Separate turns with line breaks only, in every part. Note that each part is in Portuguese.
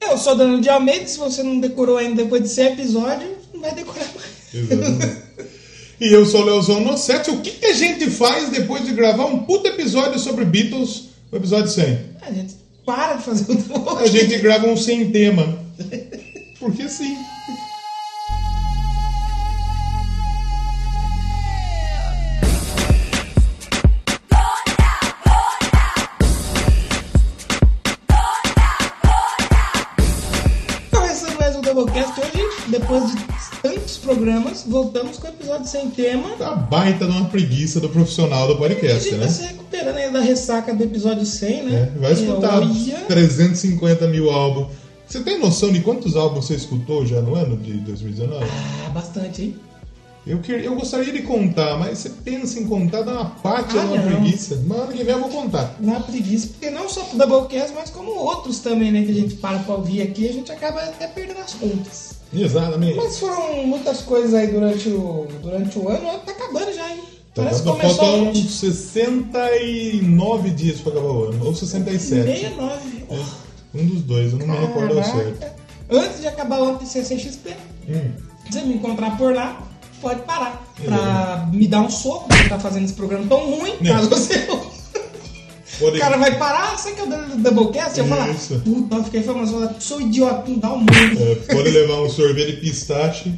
Eu sou Danilo de Almeida, se você não decorou ainda depois desse episódio, não vai decorar mais.
Exatamente. E eu sou o Leozão Nossetti. O que, que a gente faz depois de gravar um puto episódio sobre Beatles, o episódio 100?
A gente para de fazer o
A gente grava um sem tema. Porque sim.
Começando mais um Doublecast hoje, depois de tantos programas, voltamos com o episódio sem tema.
Tá baita de uma preguiça do profissional do
A
podcast,
gente
né?
tá se recuperando aí da ressaca do episódio 100, né?
É, vai escutar
E, olha,
350 mil álbuns. Você tem noção de quantos álbuns você escutou já no ano de 2019?
Ah, bastante, hein?
Eu, que- eu gostaria de contar, mas você pensa em contar, dá uma pátia,
Ah,
dá uma
não.
preguiça. Mas ano que vem eu vou contar.
Na preguiça, porque não só pro Doublecast, mas como outros também, né? Que a gente para pra ouvir aqui, a gente acaba até perdendo as contas.
Exatamente.
Mas foram muitas coisas aí durante o, durante o ano, tá acabando já, hein?
Tá,
Parece que
tá-
começou
faltam
ontem.
69 dias pra acabar o ano, ou 67.
69.
Um dos dois, eu não me recordo ao certo.
Caraca. Antes de acabar o ano de CCXP,
Hum,
se você me encontrar por lá, pode parar. Pra me dar um soco, porque tá fazendo esse programa tão ruim,
É.
caso você. O
pode-
cara vai parar, sabe que é o dono do Doublecast? Eu falo,
Isso.
puta, eu fiquei famoso, eu falo, sou idiota, não dá um o mundo.
é, pode levar um sorvete de pistache.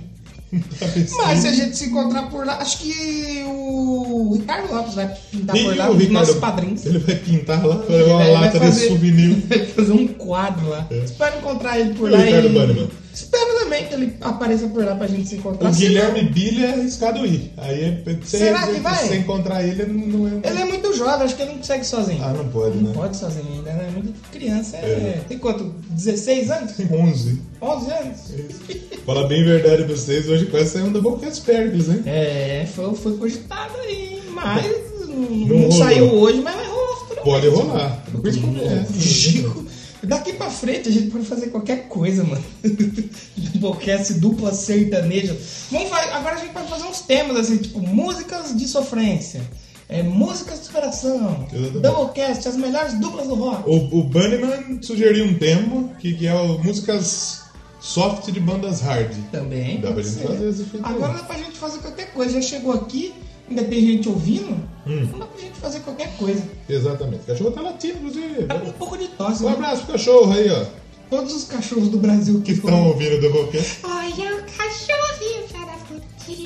Tá
Mas se a gente se encontrar por lá, acho que o Ricardo Lopes vai pintar
Nem
por lá,
o
um dos nossos
Ricardo-
padrinhos.
Ele vai pintar lá, vai levar uma
Ele vai
lata
fazer-
de souvenir.
Vai fazer um quadro lá.
É.
Espero encontrar ele por
O
lá.
Ricardo
e-
Bannerman.
Espero também que ele apareça por lá pra gente se encontrar.
O
Se
Guilherme Bilha é arriscado ir. Aí é- se
Será que
se
vai?
você encontrar ele, não é.
não- Ele é muito jovem, acho que ele não consegue sozinho.
Ah, não pode,
não
né?
pode sozinho ainda, né? É muito criança. É...
É.
Tem quanto? 16 anos?
11.
11 anos?
é Isso. Fala bem a verdade pra vocês, hoje quase saiu um Double Cast Pericles, hein?
É, foi, foi cogitado aí, mas não, não
rolou.
saiu hoje, mas é vai rolar futuramente.
Pode rolar. Por isso que eu-
Hum, Chico, daqui pra frente a gente pode fazer qualquer coisa, mano. Doublecast dupla sertaneja. Vamos fa- agora a gente pode fazer uns temas assim, tipo músicas de sofrência, é, músicas de superação,
Exatamente.
Doublecast, as melhores duplas do rock.
O, o Bunnyman sugeriu um tempo que, que é o músicas soft de bandas hard.
Também.
Dá pra
pode
gente
ser.
fazer esse filme.
Agora dá pra gente fazer qualquer coisa. Já chegou aqui, ainda tem gente ouvindo,
Hum.
não dá pra gente fazer qualquer coisa.
Exatamente. O cachorro tá latindo, inclusive.
Tá com um pouco de tosse,
Um
né?
abraço pro cachorro aí, ó.
Todos os cachorros do Brasil que
Que estão ouvindo o Doublecast.
Olha o cachorrinho, cara. Ele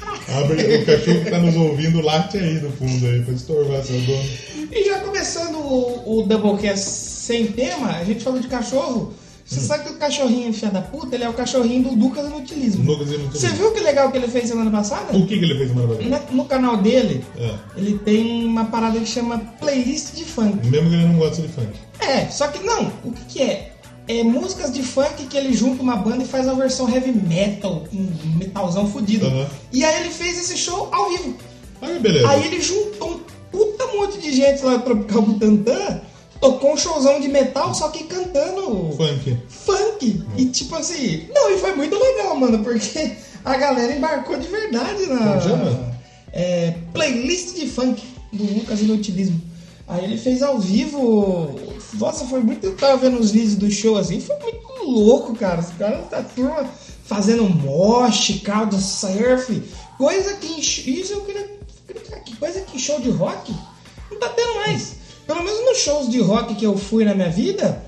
tá
Abre o cachorro que tá nos ouvindo, late aí no fundo aí, pra estorvar seu dono.
E já começando o, o Doublecast sem tema, a gente falou de cachorro. Você sabe que o cachorrinho filha da puta, ele é o cachorrinho do Lucas Inutilismo.
Lucas Inutilismo.
Você viu que legal que ele fez semana passada?
O que, que ele fez semana passada?
Na- no canal dele,
É.
ele tem uma parada que chama playlist de funk.
Mesmo que ele não gosta de funk.
É, só que não, o que, que é? É músicas de funk que ele junta uma banda e faz uma versão heavy metal, um metalzão fudido.
Aham.
E aí ele fez esse show ao vivo.
Olha que beleza.
Aí ele juntou um puta monte de gente lá do Tropical Butantã, tocou um showzão de metal, só que cantando
Funk.
funk. E tipo assim, não, e foi muito legal, mano, porque a galera embarcou de verdade na
Como chama?
é, playlist de funk do Lucas Inutilismo. Aí ele fez ao vivo. Nossa, foi muito. Eu tava vendo os vídeos do show assim, foi muito louco, cara. Os caras da turma fazendo mosh, caldo surf, coisa que. em sh- Isso eu queria gritar aqui, coisa que em show de rock não tá tendo mais. Pelo menos nos shows de rock que eu fui na minha vida,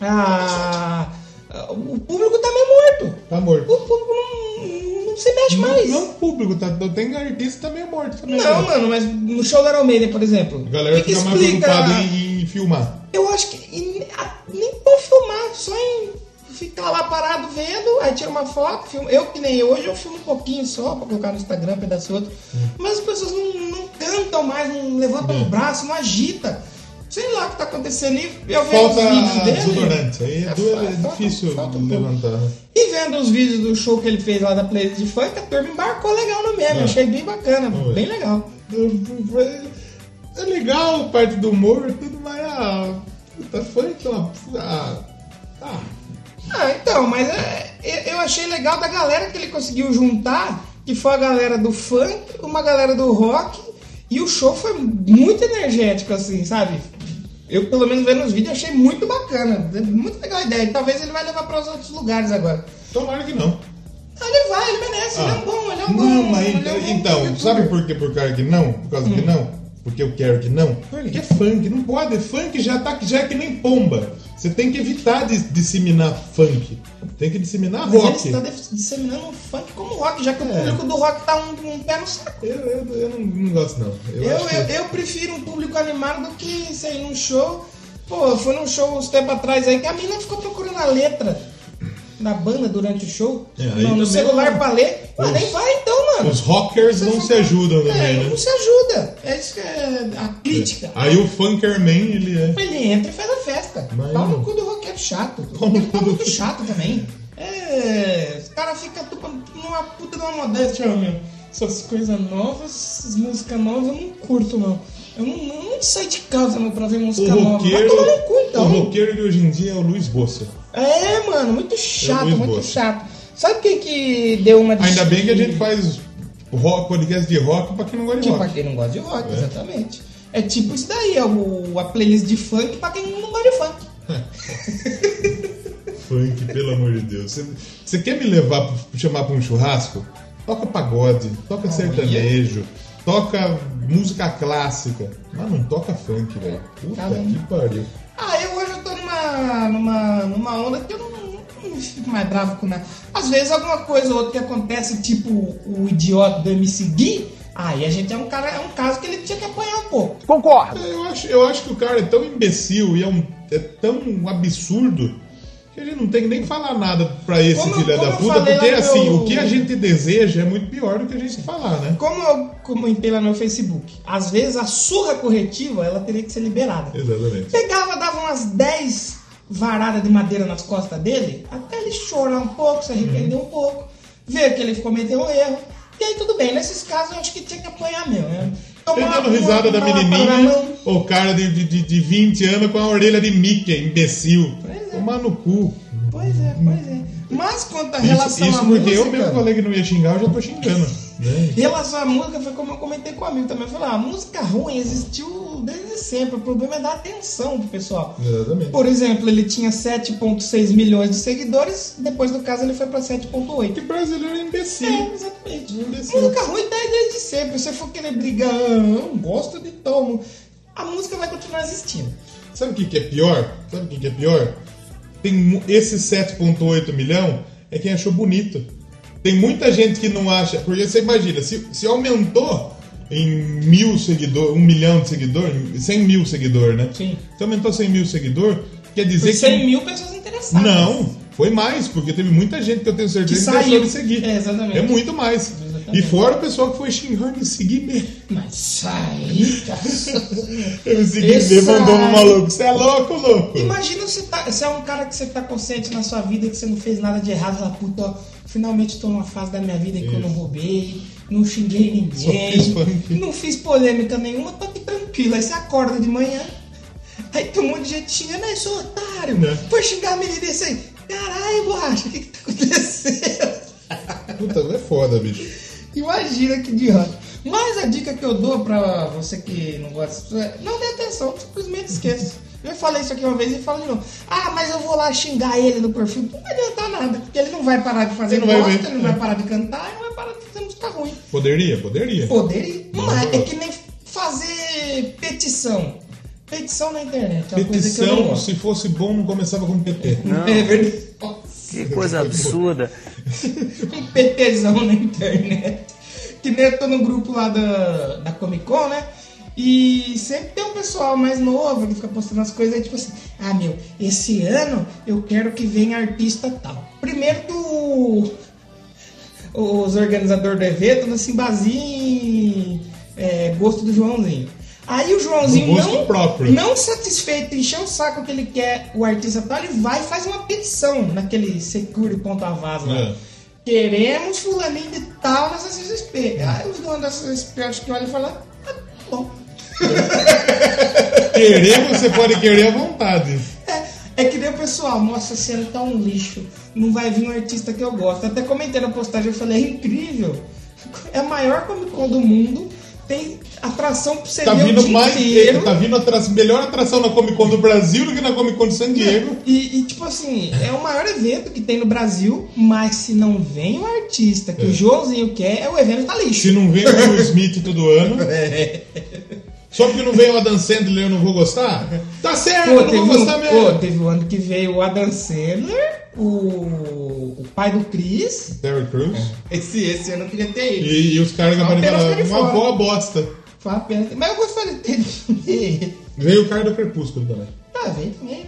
a- a- Ah, o público tá meio morto.
Tá morto.
O público não, não se mexe mais.
Não, não público, tá, tem artista meio morto também.
Não,
né?
mano, mas no show da Almeida, por exemplo.
A galera
o que, que
fica mais
explica?
preocupada em, em filmar.
Eu acho que e ne- a- nem pra filmar, só em ficar lá parado vendo, aí tira uma foto, filma. Eu que nem hoje, eu filmo um pouquinho só pra colocar no Instagram, um pedaço outro. Mas as pessoas não, não cantam mais, não levantam
Hum.
o braço, não agita. Sei lá o que tá acontecendo. E eu vejo
Falta
os vídeos dele.
desodorante. Aí é,
É,
du- é
falta-
difícil
falta um pouco.
levantar. né?
E vendo os vídeos do show que ele fez lá da playlist de funk, a turma embarcou legal no meme.
É.
Eu Achei bem bacana,
Vamos ver.
bem legal.
É legal parte do humor, tudo, mas a. Puta, funk é uma. Ah. ah,
Ah, então, mas é, eu- eu achei legal da galera que ele conseguiu juntar, que foi a galera do funk, uma galera do rock, e o show foi muito energético, assim, sabe? Eu, pelo menos, vendo os vídeos, achei muito bacana. É Muito legal a ideia. E Talvez ele vai levar para os outros lugares agora.
Tomara que não.
Não, ele vai, ele merece. Ele é um bom, ele é um bom.
Ah, Não, mas
ele é
então,
um bom
então
youtuber.
sabe por que por causa que não? Por causa que não? Porque eu quero que não?
Por quê?
Porque é funk, não pode. É funk já, tá, já é que nem pomba. Você tem que evitar de disseminar funk. Tem que disseminar
Mas
rock.
Ele está dif- tá disseminando o funk como um rock, já que o
Tá É.
público do rock tá um, um pé no saco.
Eu, eu, eu não, não gosto, não. Eu,
Eu,
acho que-
eu, eu prefiro um público animado do que sei, num show. Pô, foi num show uns tempos atrás aí que a mina ficou procurando a letra da banda durante o show.
É, aí
no, no
também
celular
não-
pra ler. Pô,
os-
nem vai então, mano.
Os rockers não se ajudam
É,
também, né?
não se ajuda. É isso que é a crítica.
Aí o funkerman, ele é.
Ele entra e faz a festa.
Mas-
Pau no cu do roqueiro chato.
Pau no cu do-
muito chato também. É. Os caras ficam numa puta de uma modéstia, ó, meu. Essas coisas novas, essas músicas novas eu não curto, não. Eu não, não, não saio de casa, meu, pra ver
O
música nova. Vai
roqueiro,
tomar no cu,
o
então.
roqueiro de hoje em dia é o Luiz Bossa.
É, mano, muito chato,
muito
muito
boa.
chato. Sabe quem que deu uma de-
Ainda bem que a gente faz rock, podcast de rock pra quem não gosta de
Que pra
rock.
quem não gosta de rock,
É.
exatamente. É tipo isso daí, é o, a playlist de funk pra quem não gosta de funk.
Funk, pelo amor de Deus. Você- Você quer me levar, pra- chamar pra um churrasco? Toca pagode, toca sertanejo, toca música clássica. Mas não toca funk, velho.
Tá
Puta
Caramba.
que pariu.
Ah, eu hoje eu tô numa, numa, numa onda que eu não, não fico mais bravo com nada. Às vezes alguma coisa ou outra que acontece, tipo o idiota do MC Gui, aí a gente é um cara, é um caso que ele tinha que apanhar um pouco.
Concordo.
É, Eu acho, eu acho que o cara é tão imbecil e é, um, é tão absurdo que a gente não tem que nem falar nada pra esse
Como-
filho
como
da
eu
puta,
falei
porque
lá no
assim,
meu-
o que a gente deseja é muito pior do que a gente falar, né?
Como eu comentei lá no Facebook, às vezes a surra corretiva ela teria que ser liberada.
Exatamente.
Pegava, dava umas 10 varadas de madeira nas costas dele, até ele chorar um pouco, se arrepender um pouco, ver que ele cometeu um erro. E aí tudo bem, nesses casos eu acho que tinha que apanhar mesmo. Né?
Ele
Tomar
dando
uma-
risada da
tomar uma
menininha,
paramão.
o cara de, de, de- de 20 anos com a orelha de Mickey, imbecil.
Pois é.
Tomar no cu.
Pois é, pois é. Mas quanto à
Isso,
relação à
isso porque
música.
eu mesmo falei que não ia xingar, eu já tô xingando. né?
Em relação à música, foi como eu comentei com o amigo também. Eu falei, ah, a música ruim existiu desde sempre. O problema é dar atenção pro pessoal.
Exatamente.
Por exemplo, ele tinha 7,6 milhões de seguidores, depois do caso ele foi pra 7,8.
Que brasileiro é imbecil.
É, exatamente.
Imbecil.
Música ruim tá aí desde sempre. Se você for querer brigar, ah, eu não gosto de tomo. A música vai continuar existindo.
Sabe o que, que é pior? Sabe o que, que é pior? Tem mu- esse 7.8 milhão é quem achou bonito. Tem muita gente que não acha. Porque você imagina, se, se aumentou em mil seguidores, um milhão de seguidores, 100 mil seguidores, né?
Sim.
Se aumentou 100 mil seguidores, quer dizer que.
100 mil pessoas interessadas.
Não, foi mais, porque teve muita gente que eu tenho certeza
Que
que, deixou
saiu.
de seguir.
É, exatamente.
É muito mais.
Exatamente.
E fora o pessoal que foi xingando e seguir mesmo.
Mas sai, cara.
Eu segui
Esse
mesmo, mandou um
aí.
maluco. Você é louco, louco.
Imagina se, tá, se é um cara que você tá consciente na sua vida, que você não fez nada de errado, fala, puta, ó, finalmente tô numa fase da minha vida em que eu não roubei, não xinguei
Só
ninguém,
fiz funk."
não fiz polêmica nenhuma, tô aqui tranquilo. Aí você acorda de manhã, aí tem um monte de gente xingando, aí sou otário,
É.
foi xingar a menina desse aí. Caralho, borracha, o que que tá acontecendo?
Puta, é foda, bicho.
Imagina que derrota. Mas a dica que eu dou pra você que não gosta, é, não dê atenção, simplesmente esqueça. Eu falei isso aqui uma vez e falo de novo. Ah, mas eu vou lá xingar ele no perfil. Não vai adiantar nada, porque ele não vai parar de fazer
Ele não vai
bosta,
ver.
ele não vai parar de cantar, ele não vai parar de fazer música ruim.
Poderia, poderia.
Poderia, mas é que nem fazer petição. Petição na internet, é uma coisa que eu não
Petição,
gosto.
se fosse bom, não começava com PT.
Não.
É verdade.
Que coisa absurda.
um PTzão na internet. Que nem eu tô no grupo lá da, da Comic Con, né? E sempre tem um pessoal mais novo que fica postando as coisas aí, tipo assim, ah meu, esse ano eu quero que venha artista tal. Primeiro que o- os organizadores do evento não se baseiam em é, gosto do Joãozinho. Aí o Joãozinho
No gosto
não,
próprio. né?
não satisfeito, encher o saco que ele quer o artista tal, ele vai e faz uma petição naquele secure.avaz lá.
É.
Queremos fulaninho de tal na CCXP. Aí os donos da CCXP acho que olham e falam, ah, bom.
Querer, você pode querer à vontade.
É, é que nem o pessoal, nossa, esse ano tá um lixo. Não vai vir um artista que eu gosto. Até comentei na postagem, eu falei, é incrível. É a maior Comic Con do mundo. Tem atração pro CD
Tá
o
vindo
dia
mais.
inteiro.
Tá vindo atra... melhor atração na Comic Con do Brasil do que na Comic Con de San Diego.
E, e, tipo assim, é o maior evento que tem no Brasil, mas se não vem o artista que o Joãozinho quer, é o evento tá lixo.
Se não vem o Will Smith todo ano.
É.
Só porque não vem o Adam Sandler eu não vou gostar? Tá certo,
Pô,
eu
teve,
não vou gostar
um, pô,
mesmo.
teve um ano que veio o Adam Sandler, o, o pai do Chris.
Terry Crews.
Esse, esse ano eu queria ter ele.
E, e os caras acabaram de
Apenas
falar,
ele
uma
fora.
boa bosta.
Foi uma pena. Mas eu gostaria de ter ele.
Veio o cara do Crepúsculo também.
Tá, veio também, né?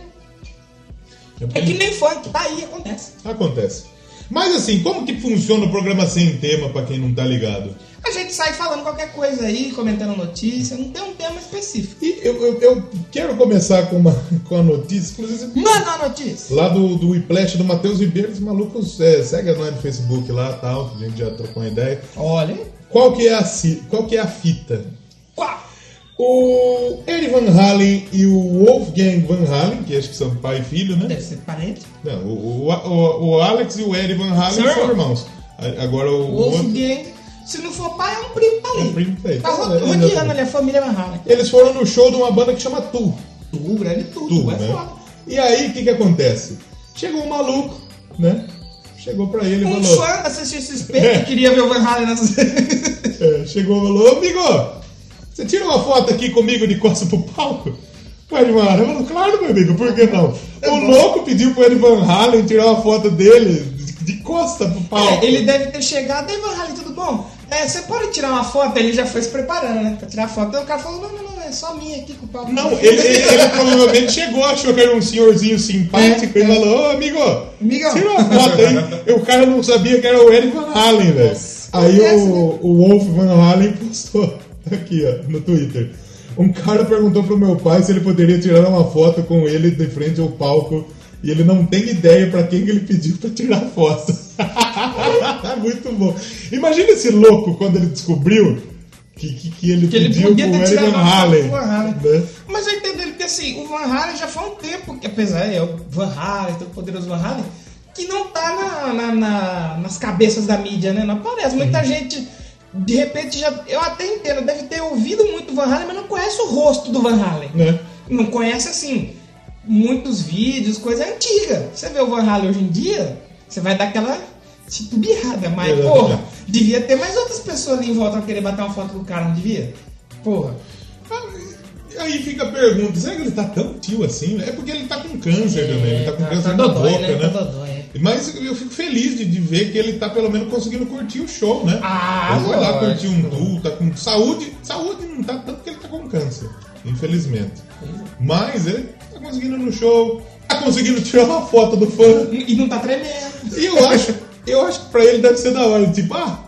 É porque
É que nem funk, tá aí, acontece.
Acontece. Mas assim, como que funciona o programa sem tema pra quem não tá ligado?
A gente sai falando qualquer coisa aí, comentando notícia, não tem um tema específico.
E eu, eu, eu quero começar com uma com a notícia, inclusive
Manda a notícia!
Lá do, do Whiplash do Matheus Ribeiro, os malucos é, segue nós no Facebook lá tal, que a gente já trocou uma ideia.
Olha,
Qual que é a, ci- qual que é a fita?
qual?
O Eric Van Halen e o Wolfgang Van Halen, que acho que são pai e filho, né?
Deve ser parente.
Não, o, o, o, o Alex e o Eric Van Halen
São
são irmãos. A- Agora o,
O
outro-
Wolfgang, se não for pai, é um primo tá ali.
É um primo tá aí.
Tá
É,
ro-
exatamente.
rodeando ali a família Manhattan.
Eles foram no show de uma banda que chama Tu.
Tu, grande tudo,
tudo,
é
né?
foda.
E aí, o que que acontece? Chegou um maluco, né? Chegou pra ele e
Um
falou...
fã da CXXP que queria ver o Van Halen né? nas...
É, chegou e falou, "Ô, amigo, você tira uma foto aqui comigo de costa pro palco? O Ed Van Halen falou, "Ah, claro, meu amigo, por que não?
É
O louco pediu pro Ed Van Halen tirar uma foto dele de- de costa pro
É,
palco.
ele deve ter chegado, ei Van Halen, tudo bom? É, você pode tirar uma foto? Ele já foi se preparando, né? Pra tirar a foto. Aí o cara falou, não, não, não, é só minha aqui com o papo.
Não, ele, ele- ele provavelmente chegou, achou que era um senhorzinho simpático
É,
e
é.
falou, ô, amigo,
Amigão.
tira uma foto aí. E o cara não sabia que era o Ed Van Halen, velho. Aí
acontece,
o, o Wolf Van Halen postou aqui, ó, no Twitter. Um cara perguntou pro meu pai se ele poderia tirar uma foto com ele de frente ao palco e ele não tem ideia pra quem que ele pediu pra tirar a foto. Muito bom. Imagina esse louco quando ele descobriu que, que, que ele
Que ele
pediu
podia
pro
ter
Eric
tirado
Van
uma foto
Halen.
com o Van Halen.
né?
Mas eu entendo ele, porque assim, o Van Halen já foi um tempo, que apesar é o Van Halen, todo poderoso Van Halen, que não tá na, na- na- nas cabeças da mídia, né? Não aparece. Muita gente, de repente, já. Eu até entendo, deve ter ouvido muito Van Halen, mas não conhece o rosto do Van Halen.
Né?
Não conhece, assim, muitos vídeos, coisa antiga. Você vê o Van Halen hoje em dia, você vai dar aquela titubeada, mas,
Verdade.
porra, devia ter mais outras pessoas ali em volta pra querer bater uma foto do cara, não devia? Porra.
Aí fica a pergunta, será que ele tá tão tio assim? É porque ele tá com câncer também, ele tá com câncer na
dodói,
boca, né?
Tá dodói, é.
Mas eu fico feliz de, de ver que ele tá pelo menos conseguindo curtir o show, né?
Ah,
ele vai lá
lógico.
curtir um duo, tá com saúde. Saúde não tá tanto porque ele tá com câncer, infelizmente. Mas ele tá conseguindo ir no show, tá conseguindo tirar uma foto do fã.
E e não tá tremendo.
E eu acho, eu acho que pra ele deve ser da hora. Tipo, ah,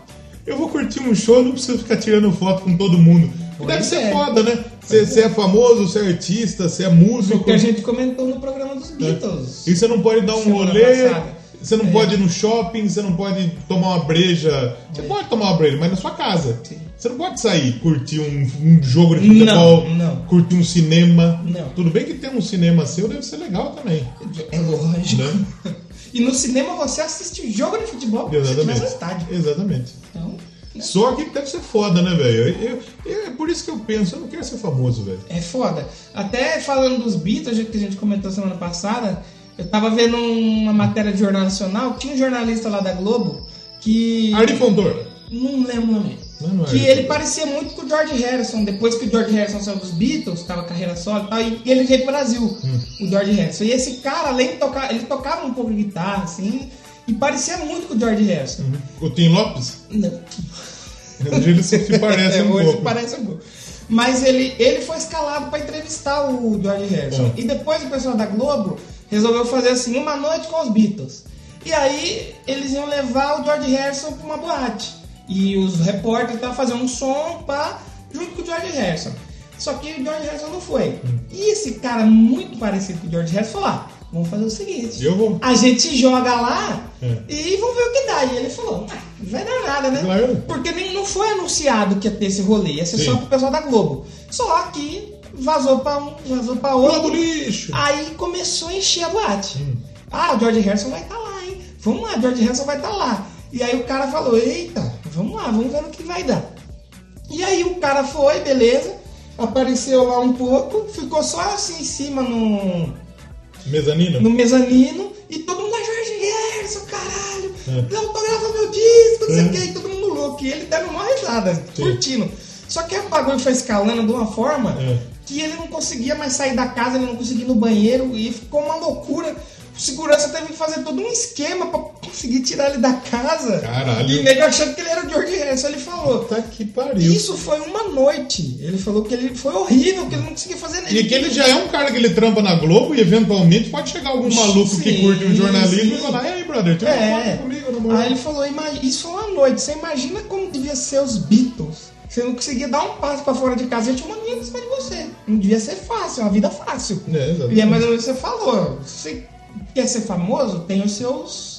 eu vou curtir um show, não preciso ficar tirando foto com todo mundo. deve
Pois
ser
é.
foda, né? Você você é famoso, você é artista, você é músico.
Que a gente comentou no programa
É.
dos Beatles.
E você não pode dar um
Semana
rolê,
passada. É.
você não pode ir no shopping, você não pode tomar uma breja. Você pode tomar uma breja, mas na sua casa.
É. Sim.
Você não pode sair, curtir um, um jogo de futebol,
Não, não.
curtir um cinema.
Não.
Tudo bem que ter um cinema seu deve ser legal também.
É lógico.
Né?
E no cinema você assiste o jogo de futebol porque você tiver
Exatamente.
no estádio.
Exatamente.
Então, né?
Só que deve ser foda, né, velho? Eu- eu- É por isso que eu penso, eu não quero ser famoso, velho.
é foda. Até falando dos Beatles, que a gente comentou semana passada, eu tava vendo uma matéria de Jornal Nacional, tinha um jornalista lá da Globo que.
Ari Fontoura.
Não lembro o nome.
Não, não é
que
Ari
ele
Fontoura.
parecia muito com o George Harrison. Depois que o George Harrison saiu dos Beatles, tava carreira solo e tal, e ele veio pro Brasil,
Hum.
o George Harrison. E esse cara, além de tocar, ele tocava um pouco de guitarra, assim, e parecia muito com o George Harrison.
O Tim Lopes? É
Não.
Hoje ele se se parece
É,
um
hoje
pouco.
parece um pouco. Mas ele, ele foi escalado pra entrevistar o George Harrison.
É.
E depois o pessoal da Globo resolveu fazer assim, uma noite com os Beatles. E aí eles iam levar o George Harrison pra uma boate. E os repórteres estavam fazendo um som pra, junto com o George Harrison. Só que o George Harrison não foi.
Hum.
E esse cara muito parecido com o George Harrison falou, ah, vamos fazer o seguinte.
Eu vou.
A gente joga lá
É.
e vamos ver o que dá. E ele falou, "Ah, não vai dar nada, né?
Claro.
Porque nem, não foi anunciado que ia ter esse rolê, ia ser
Sim.
só pro pessoal da Globo. Só que vazou pra um, vazou pra outro.
Globo lixo! Hum.
Aí começou a encher a boate. Ah, o George Harrison vai estar lá, hein? Vamos tá lá, o George Harrison vai estar lá. E aí o cara falou, eita, vamos lá, vamos ver no que vai dar. E aí o cara foi, beleza. Apareceu lá um pouco, ficou só assim em cima no,
Mezanino?
no mezanino. E todo mundo, ah, Jorge Gerson, caralho,
É.
dá autografa meu disco, não sei
É.
o que. E todo mundo louco. E ele dando uma risada, curtindo. Só que o bagulho foi escalando de uma forma
É.
que ele não conseguia mais sair da casa, ele não conseguia ir no banheiro. E ficou uma loucura. O segurança teve que fazer todo um esquema pra conseguir tirar ele da casa.
Caralho.
E nego achando que ele era o George Harrison. Ele falou,
Tá que pariu.
isso foi uma noite. Ele falou que ele foi horrível, que ele não conseguia fazer nada.
E que ele já é um cara que ele trampa na Globo e eventualmente pode chegar algum maluco que
Sim,
curte um jornalismo e
sim.
falar, e aí, brother, tira uma
É.
foto comigo, na moral.
Aí ele falou, "Ima- isso foi uma noite. Você imagina como devia ser os Beatles. Você não conseguia dar um passo pra fora de casa e tinha uma menina em cima de você. Não devia ser fácil, é uma vida fácil.
É, exatamente.
e é mais ou menos o que você falou. Você quer ser famoso, tem os seus.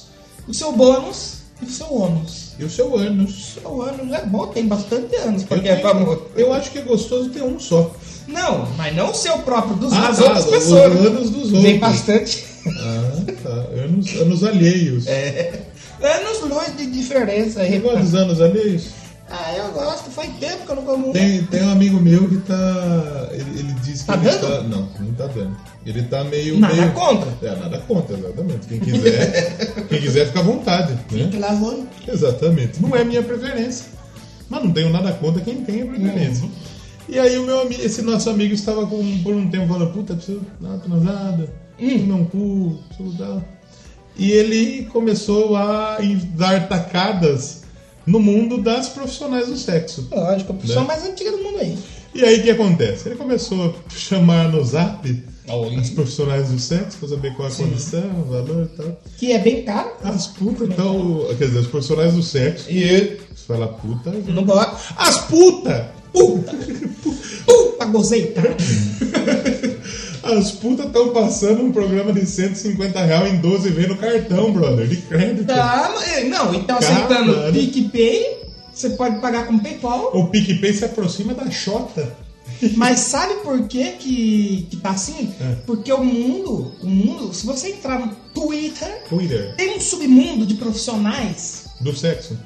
o seu bônus e o seu ônus.
E o seu ânus?
O seu ônus é bom, tem bastante anos pra
Eu,
ganhar
tenho-
famoso.
eu acho que é gostoso ter um só.
Não, mas não o seu próprio, dos,
Ah,
das
tá,
outras
os
pessoas. né?
ônus dos
Tem
outros.
bastante.
Ah, tá. Anos, anos alheios. É.
Anos luz de diferença aí.
Igual dos anos alheios.
Ah, eu gosto, faz tempo que eu não como um.
Tem, tem um amigo meu que tá. Ele, ele diz que
Tá
ele
dando?
tá. Não, não tá dando. Ele tá meio.
Nada
meio-
contra.
É, nada contra, exatamente. Quem quiser, quem quiser fica à vontade. Né?
Que lavou.
Exatamente. Não é minha preferência. Mas não tenho nada contra quem tem a preferência. E aí o meu ami- esse nosso amigo estava com, por um tempo falando, puta, preciso dar uma transada, comer um cu, preciso dar. E ele começou a ir- dar tacadas no mundo das profissionais do sexo.
Lógico, a pessoa
Né?
mais antiga do mundo aí.
E aí o que acontece? Ele começou a chamar no zap as profissionais do sexo para saber qual a condição, o valor e tal.
Que é bem caro.
As putas estão. Quer dizer, os profissionais do sexo.
E
Você fala puta,
não gosto. Uh,
as puta!
Puta! Puta, gozei, cara.
As putas estão passando um programa de 150 real em 12 vezes no cartão, brother, de crédito.
Tá, mas- não, então
Caralho.
aceitando PicPay, você pode pagar com PayPal.
O PicPay se aproxima da Xota.
Mas sabe por que que, que tá assim?
É.
Porque o mundo, o mundo, se você entrar no Twitter,
Twitter.
tem um submundo de profissionais
Do sexo.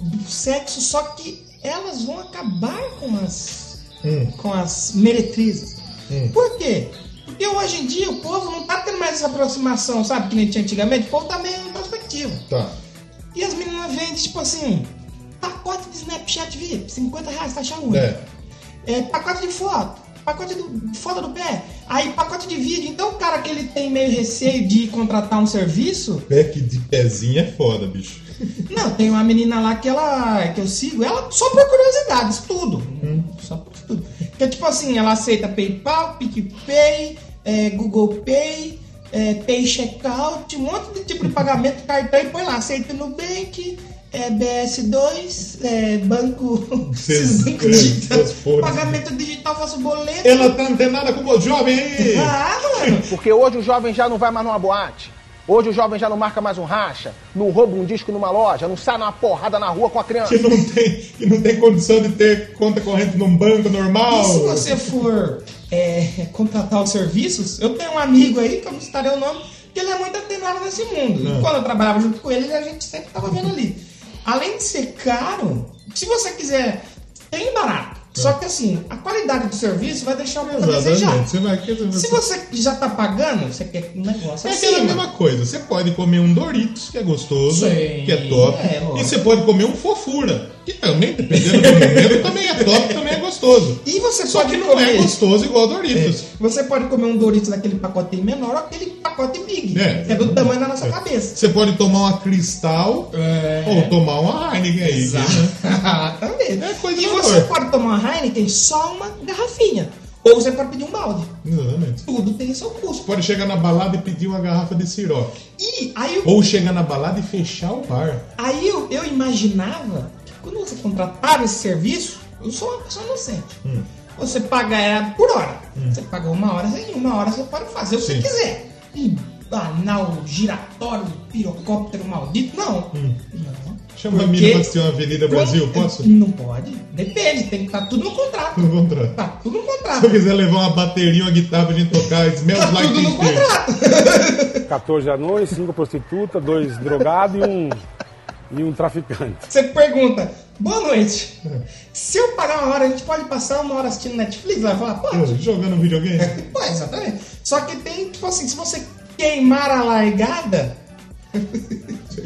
do sexo, só que elas vão acabar com as
Hum.
com as meretrizes.
Hum.
Por quê? Porque hoje em dia o povo não tá tendo mais essa aproximação, sabe, que nem tinha antigamente, o povo tá meio introspectivo.
Tá.
E as meninas vendem, tipo assim, pacote de Snapchat VIP, 50 reais taxa única.
É.
É. pacote de foto, pacote do, de foto do pé, aí pacote de vídeo. Então o cara que ele tem meio receio de contratar um serviço,
Pack de pezinho é foda, bicho.
Não, tem uma menina lá que ela que eu sigo, ela só por curiosidade, estudo.
Uhum.
Só por estudo. Porque, tipo assim, ela aceita PayPal, PicPay, é, Google Pay, é, Pay Checkout, um monte de tipo de pagamento, cartão e põe lá. Aceita Nubank, é, BS2, é, Banco.
Vocês-
banco digital,
vocês foram.
pagamento digital, faço boleto.
Ela tá antenada como o jovem aí!
Ah, mano.
Porque hoje o jovem já não vai mais numa boate. Hoje o jovem já não marca mais um racha, não rouba um disco numa loja, não sai numa porrada na rua com a criança.
Que não, tem, que não tem condição de ter conta corrente num banco normal.
E se você for é, contratar os serviços, eu tenho um amigo aí, que eu não citarei o nome, que ele é muito atenado nesse mundo. E
Ah.
Quando eu trabalhava junto com ele, a gente sempre tava vendo ali. Além de ser caro, se você quiser, tem barato. Só que assim, a qualidade do serviço vai deixar um pouco a desejar.
É. Exatamente. Você vai, quer dizer,
Se você já tá pagando, você quer um negócio
É
assim.
aquela mesma coisa. Você pode comer um Doritos, que é gostoso,
Sim,
que é top.
é, lógico.
e você pode comer um fofura, que também, dependendo do momento, também é top, também é gostoso.
E você
Só
pode
que não
comer.
é gostoso igual Doritos.
Você pode comer um Doritos daquele pacotinho menor ou aquele pacote big.
É.
que é do tamanho da nossa cabeça.
Você pode tomar uma cristal
É.
ou tomar uma Heineken aí. né?
Exatamente.
É coisa
e
do
você
amor.
pode tomar uma Heineken só uma garrafinha. Ou você pode pedir um balde.
Exatamente.
Tudo tem seu custo.
Pode chegar na balada e pedir uma garrafa de siroque.
E aí, eu,
Ou chegar na balada e fechar o bar.
aí eu, eu imaginava que quando você contratava esse serviço, eu sou uma pessoa inocente.
Hum.
Você paga é, por hora. Você paga uma hora, em uma hora você pode fazer o que
Sim.
você quiser. E banal, giratório, pirocóptero maldito. Não. Não.
Hum. Chama a
Porque-
mina pra assistir uma Avenida Brasil, posso? Hum.
Não pode. Depende, tem que estar tudo no contrato.
No contrato.
Tá tudo no
Se eu
contrato.
quiser levar uma bateria, uma guitarra pra gente tocar, smells
Tá
like
tudo
teen
no
spirit.
contrato.
14 anões, 5 prostitutas, 2 drogados e um, e um traficante.
Você pergunta, boa noite. Se eu pagar uma hora, a gente pode passar uma hora assistindo Netflix? Ela fala, pode.
Jogando um videogame?
Pô, exatamente. Só que tem, tipo assim, se você queimar a largada, você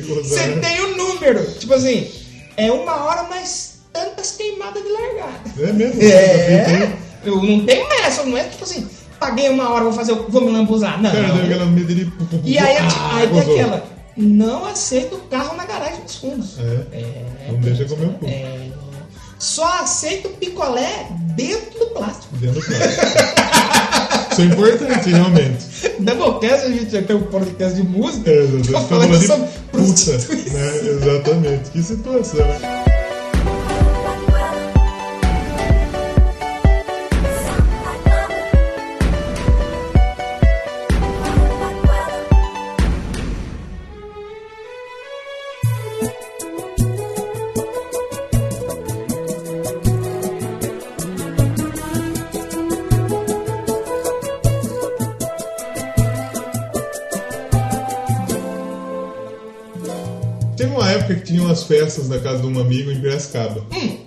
Gozar, né?
tem o número. Tipo assim, é uma hora mais tantas queimadas de largada.
É mesmo?
É, eu não tenho essa, não é tipo assim, paguei uma hora, vou fazer, vou me lambuzar. Não.
Cara, deu aquela medo de...
E aí,
Ah,
aí tem
gozou.
aquela, não aceito carro na garagem dos fundos.
É. Não deixa comer o cu.
É, só aceito picolé dentro do plástico.
Dentro do carro. Isso é importante, realmente.
Doublecast, a gente já tem um podcast de música.
É, exatamente.
Tá falando
Falando de
sobre
puta,
prostituição.
né? Exatamente. Que situação, né? Teve uma época que tinha umas festas na casa de um amigo em Piracicaba.
Hum.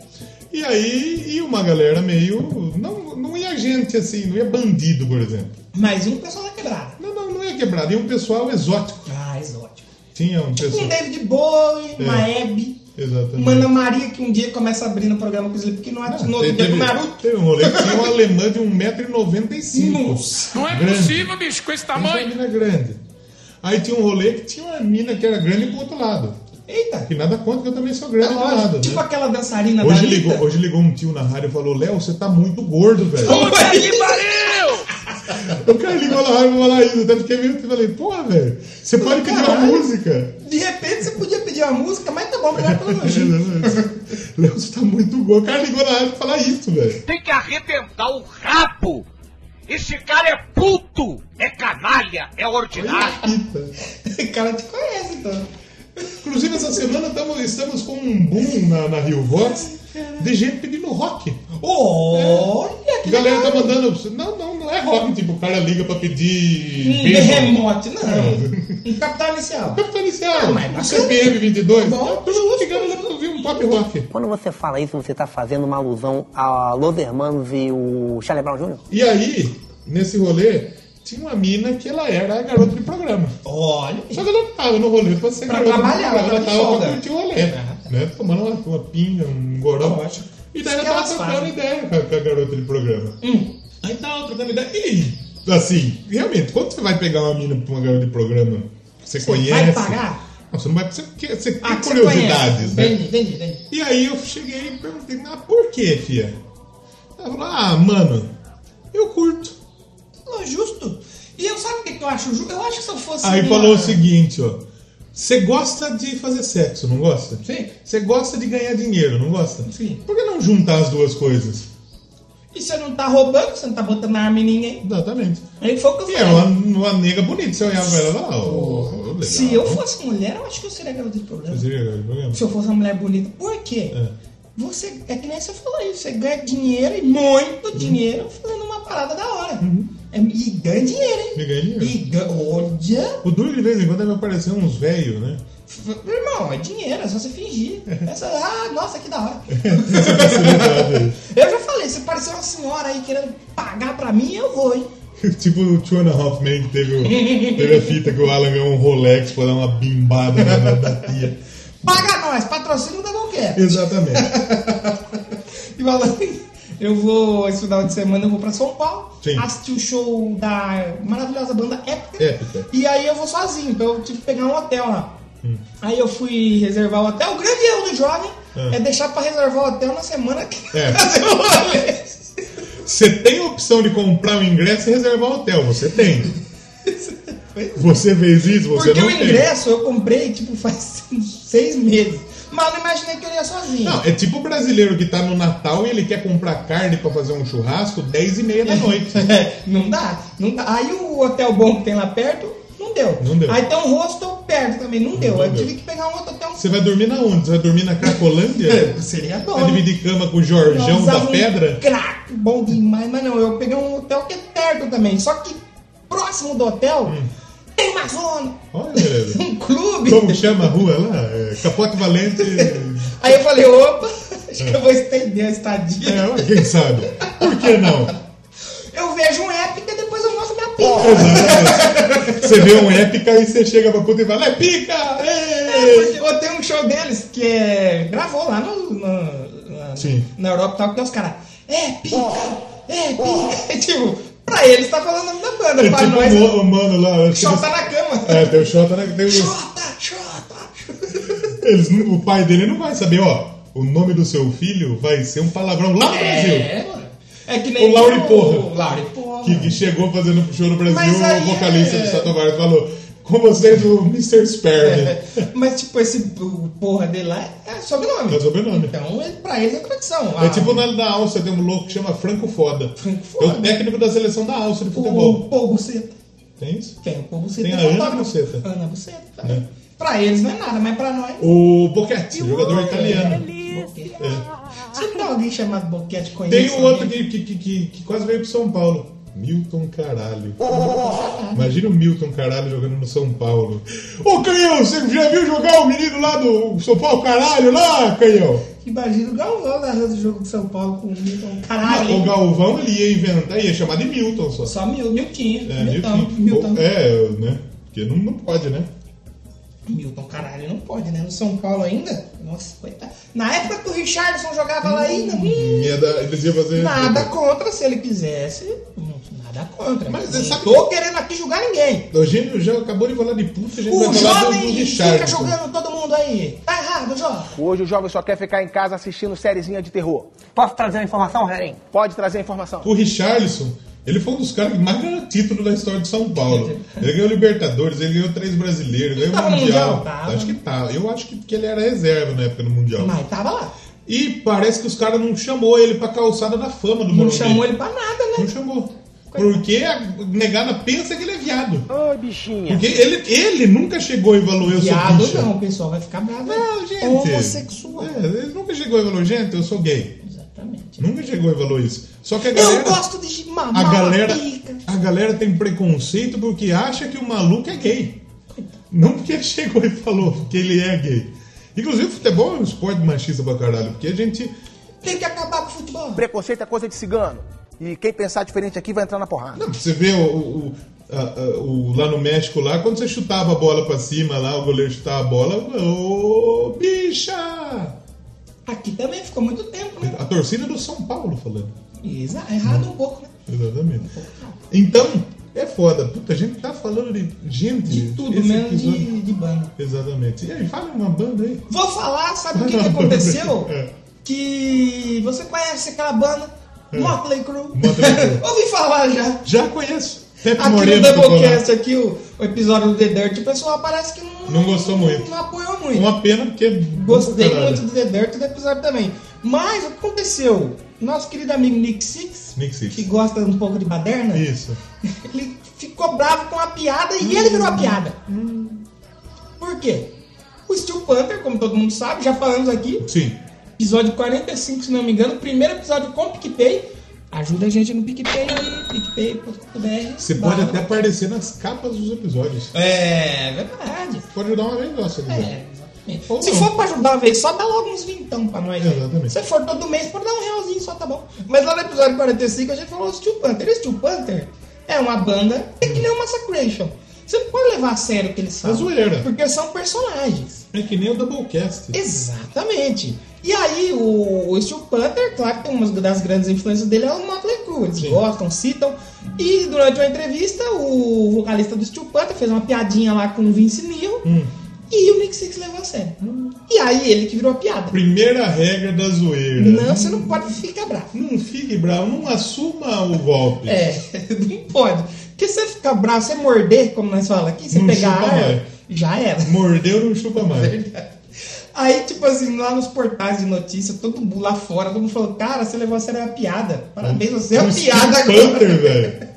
E aí, ia uma galera meio... Não, não ia gente assim, não ia bandido, por exemplo.
Mas um pessoal da quebrada.
Não, não, não ia quebrado. Ia um pessoal exótico.
Ah, exótico.
Tinha um pessoal...
Um David
É.
Bowie, uma Hebe,
Exatamente.
uma Ana Maria que um dia começa abrindo o programa com o Slip, porque não é no outro
Teve,
dia
teve,
com o Naruto.
teve um rolê que tinha um alemão de 1,95m.
Nossa.
Não é possível, bicho, com esse tamanho. Uma mina é grande. Aí tinha um rolê que tinha uma mina que era grande pro outro lado.
Eita,
Que nada conta que eu também sou grande do lado.
tipo
né?
aquela dançarina
Hoje
da Anitta.
ligou, hoje ligou um tio na rádio e falou: Léo, você tá muito gordo, velho. o cara ligou na rádio e falou: isso. Até fiquei meio. Falei: Porra, velho, você pode pedir uma
Caralho.
música.
De repente você podia pedir uma música, mas tá bom, obrigado pelo elogio.
Léo, você tá muito gordo. O cara ligou na rádio pra falar isso, velho.
tem que arrebentar o rabo. Esse cara é puto, é canalha, é ordinário.
Esse cara te conhece, então.
Inclusive, essa semana tamo- estamos com um boom na, na Rio Vox de gente pedindo rock.
Olha
A
que
galera tá
legal.
mandando. Não, não, não é rock. Tipo, o cara liga pra pedir.
Um
Bacon.
remote, não. Um capital inicial.
Capital Inicial,
Ah, mas
um
bacana.
CPM 22.
Bom,
Tá todo mundo ligando lá pra ouvir um pop rock.
Quando você fala isso, você tá fazendo uma alusão a Los Hermanos e o Charlie Brown Jr.?
E aí, nesse rolê, tinha uma mina que ela era a garota de programa.
Olha.
Só que ela não tava no rolê pra ser
Pra
garota de
trabalhar,
programa,
ela tava
ela
de
tava pra
folga.
curtir o rolê. Né? Tomando uma, uma pinga, um goró.
Ótimo.
E daí
Isso que Hum.
ela tava
elas
trocando
fazem.
ideia com a, com a garota de programa. Aí tava trocando ideia. E, assim, realmente, quando você vai pegar uma mina pra uma garota de programa, você, conhece.
vai pagar?
Não, você não vai. Você, quer- você tem
Ah, que você
curiosidades,
conhece.
né?
Entendi, entendi, entendi.
E aí eu cheguei e perguntei, ah, por que, fia? Ela falou, ah, mano, eu curto.
Não, justo. E eu sabe o que que eu acho justo? Eu acho que se eu fosse.
Aí
uma-
falou o seguinte, ó. Você gosta de fazer sexo, não gosta?
Sim.
Você gosta de ganhar dinheiro, não gosta?
Sim.
Por que não juntar as duas coisas?
E você não tá roubando, você não tá botando arma em ninguém.
Exatamente.
Aí foi o que eu
E
falei.
é uma, uma nega bonita, você olhava pra ela lá, ó. ó, legal.
Se eu fosse mulher, eu acho que eu seria garota de problema.
Você viu o programa?
Se eu fosse uma mulher bonita. Por quê?
É.
Você, é que nem você falou aí, você ganha dinheiro e
Uhum.
muito dinheiro fazendo uma parada da hora. É, e ganha dinheiro, hein?
E ganha dinheiro.
E ganha, olha.
O duro de vez em quando deve aparecer uns velhos, né?
F- Irmão, é dinheiro, é só você fingir. É só, ah, nossa, que da hora. eu já falei, se aparecer uma senhora aí querendo pagar pra mim, eu vou, hein?
Tipo o Tiona Hoffman que teve, o- teve a fita que o Alan ganhou um Rolex pra dar uma bimbada na, na- da tia.
Paga nós, patrocínio da qualquer.
Exatamente.
E falando em- eu vou, esse final de semana eu vou pra São Paulo,
Sim.
assistir o show da maravilhosa banda Épica.
Épica. Hum.
E aí eu vou sozinho, então eu tive que pegar um hotel lá. Aí eu fui reservar o hotel. O grande erro do jovem
Ah.
é, deixar pra reservar o hotel na semana que
É.
fazer o rolê.
Você tem a opção de comprar o ingresso e reservar o hotel. Você tem. Você fez isso, você
Porque
não
o
tem.
ingresso eu comprei, tipo, faz uns seis meses. Mas eu não imaginei que eu ia sozinho.
Não, é tipo o brasileiro que tá no Natal e ele quer comprar carne pra fazer um churrasco 10 e meia da noite.
É, não dá, não dá. Aí o hotel bom que tem lá perto, não deu.
Não deu.
Aí tem um hostel perto também, não, deu. Aí eu
deu.
tive que pegar um outro hotel.
Você vai dormir na onde? Você vai dormir na Cracolândia?
É, seria bom.
Vai dividir cama com o Jorjão
Nossa,
da
um
Pedra?
Crack, bom demais, mas não, eu peguei um hotel que é perto também. Só que
Hum.
próximo do hotel tem uma zona,
Olha, beleza.
um clube.
Como chama a rua lá? É, Capote Valente.
Aí eu falei, opa, acho que eu vou estender a estadia.
É, ué, quem sabe? Por que não?
Eu vejo um épica e depois eu mostro minha pica.
Exato. Você vê um épica e você chega pra puta e fala, é pica!
É,
ê!"
porque eu tenho um show deles que é. gravou lá no, no- na,
Sim.
na Europa e tal, que tem os caras. É pica! É pica! tipo, pra eles tá falando o nome da banda,
É
pra
tipo
nós.
um mo- um mano lá. eu acho que
Só
eles-
tá na cama.
É, tem o Xota, né? Tem os-
Chota, chota.
eles não- o pai dele não vai saber, ó. O nome do seu filho vai ser um palavrão lá no Brasil.
É, mano. É que nem
O Lauri Porra.
O Lauri Porra.
Que, que chegou fazendo show no
Mas
Brasil,
aí
o vocalista
é-
do Sato Barra falou: Com vocês, o Mr. Sperm. É,
Mas, tipo, esse o porra dele lá é sobrenome.
Tá o sobrenome.
Então, ele- pra eles é tradição.
É
Ah,
tipo na, na Áustria tem um louco que chama Franco Foda.
Franco
É
Foda.
o técnico da seleção da Áustria de futebol.
o Paul Buceta.
Tem isso?
Tem o Paul Buceta.
Tem a
que é
Ana
fotógrafo.
Buceta.
Ana Buceta. tá?
É.
Pra eles não é nada, mas pra nós.
O Bocchetti, jogador italiano. É.
Boquete. Sempre tem alguém chamado Boquete né? conhece.
Tem um
alguém?
outro que, que, que, que- que quase veio pro São Paulo. Milton Caralho. Imagina o Milton Caralho jogando no São Paulo. Ô Canhão, você já viu jogar o menino lá do São Paulo Caralho lá, Canhão?
Imagina o Galvão narrando o jogo de São Paulo com o Milton.
O
Caralho.
Galvão ele ia inventar, ia chamar é de Milton só.
Só mil, Milton.
É,
Milton. Milton.
Milton. É, né? Porque não, não pode, né?
Milton, caralho, não pode, né? No São Paulo ainda? Nossa, coitado. Na época que o Richardson jogava lá ainda, hum,
Ia dar- é eles iam fazer.
nada contra se ele quisesse. hum, Nada contra.
Mas
Mas
você
eu
sabe
tô querendo aqui julgar ninguém.
O Gênio já acabou de falar de puta, a gente
O
vai falar do, do
jovem fica
Richardson.
jogando todo mundo aí. Tá errado, jovem.
Hoje o jovem só quer ficar em casa assistindo sériezinha de terror.
Posso trazer uma informação, Heren?
Pode trazer a informação.
O Richarlison, ele foi um dos caras que mais ganhou título da história de São Paulo. Ele ganhou Libertadores, ele ganhou três brasileiros, ganhou
Tava
o
no
Mundial.
Mundial, tava.
Acho que tá. Eu acho que, que ele era reserva na época do Mundial.
Mas tava lá.
E parece que os caras não chamou ele pra calçada da fama do
Não
Morumbi.
chamou ele pra nada,
Não
né?
chamou. Porque a negada pensa que ele é viado.
Ô, bichinha.
Porque ele, ele nunca chegou e falou, eu sou
Viado
bicha.
não, o pessoal vai ficar bravo. É
Não, gente.
Homossexual.
É, ele nunca chegou e falou, gente, eu sou gay.
Exatamente.
Nunca chegou e falou isso. Só que a galera...
Eu gosto de mamar
A galera,
pica.
a galera tem preconceito porque acha que o maluco é gay. Não porque ele chegou e falou que ele é gay. Inclusive, futebol é um esporte machista pra caralho. Porque a gente.
Tem que acabar com o futebol.
Preconceito é coisa de cigano. E quem pensar diferente aqui vai entrar na porrada.
Não, você vê o, o- a- a- o- lá no México, lá, quando você chutava a bola pra cima, lá, o goleiro chutava a bola. Ô, bicha!
Aqui também ficou muito tempo, né?
A torcida do São Paulo falando.
Exa- Errado um pouco, né?
Exatamente. Então, é foda. Puta, a gente tá falando de. Gente,
De tudo,
É.
né? menos
esse episódio-
de, de banda.
Exatamente. E aí, fala uma banda aí.
Vou falar, sabe o que, que aconteceu?
É.
Que você conhece aquela banda Motley Crue.
Motley Crue.
Ouvi falar já.
Já conheço. Pepe
Aqui no
Moreno. do Colorado.
Doublecast, aqui, o, o episódio do The Dirt, o pessoal parece que não,
Não gostou muito.
Não apoiou muito.
Uma pena, porque. é
Gostei
Caralho.
muito do The Dirt do episódio também. Mas o que aconteceu? Nosso querido amigo Nick Six,
Nick Six.
que gosta um pouco de baderna,
Isso.
ele ficou bravo com a piada e ele virou a piada.
Hum.
Por quê? O Steel Panther, como todo mundo sabe, já falamos aqui,
Sim.
episódio 45, se não me engano, primeiro episódio com o PicPay. Ajuda a gente no PicPay, picpay.br.
Você pode até aparecer nas capas dos episódios. tá?
É, verdade.
Pode ajudar uma vez só, se quiser.
É, exatamente.
Ou
se
não.
for pra ajudar uma vez só, dá logo uns vintão pra nós. né?
Exatamente.
Se for todo mês, pode dar um realzinho só, tá bom. Mas lá no episódio 45 a gente falou do Steel Panther. E Steel Panther é uma banda é que nem o Massacration. Você não pode levar a sério o que eles falam.
É zoeira.
Porque são personagens.
É, que nem o Doublecast.
Exatamente. E aí, o, o Steel Panther, claro que tem uma das grandes influências dele é o Motley Crue. Eles
Sim.
gostam, citam. E durante uma entrevista, o vocalista do Steel Panther fez uma piadinha lá com o Vince Neil. E o Nick Six levou a sério. E aí, ele que virou a piada.
Primeira regra da zoeira.
Não, você não pode ficar bravo.
Não fique bravo, não assuma o golpe.
É, não pode. Porque se você ficar bravo, você morder, como nós falamos aqui, você
Não
pegar
chupa mais.
ar, já era.
Mordeu, não chupa mais.
Aí, tipo assim, lá nos portais de notícia, todo mundo lá fora, todo mundo falou, cara, você levou a sério a piada. Parabéns, você é
O
uma
Steel
piada agora.
Panther, um velho.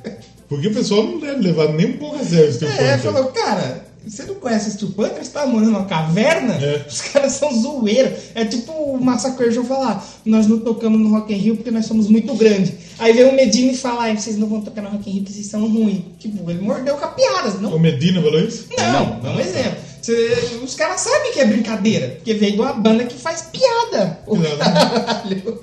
Porque o pessoal não deve levar nem um pouco a sério o Steel
É,
Panther.
falou, cara, você não conhece Steel Panther? Você tá morando numa caverna?
É.
Os caras são zoeira. É tipo o Massacration falar, nós não tocamos no Rock in Rio porque nós somos muito grande. Aí vem o Medina e fala, ai, vocês não vão tocar no Rock in Rio porque vocês são ruins. Tipo, ele mordeu com a piada, não
O Medina falou isso?
Não, é um exemplo. Cê- os caras sabem que é brincadeira, porque veio de uma banda que faz piada. o
Não.
caralho.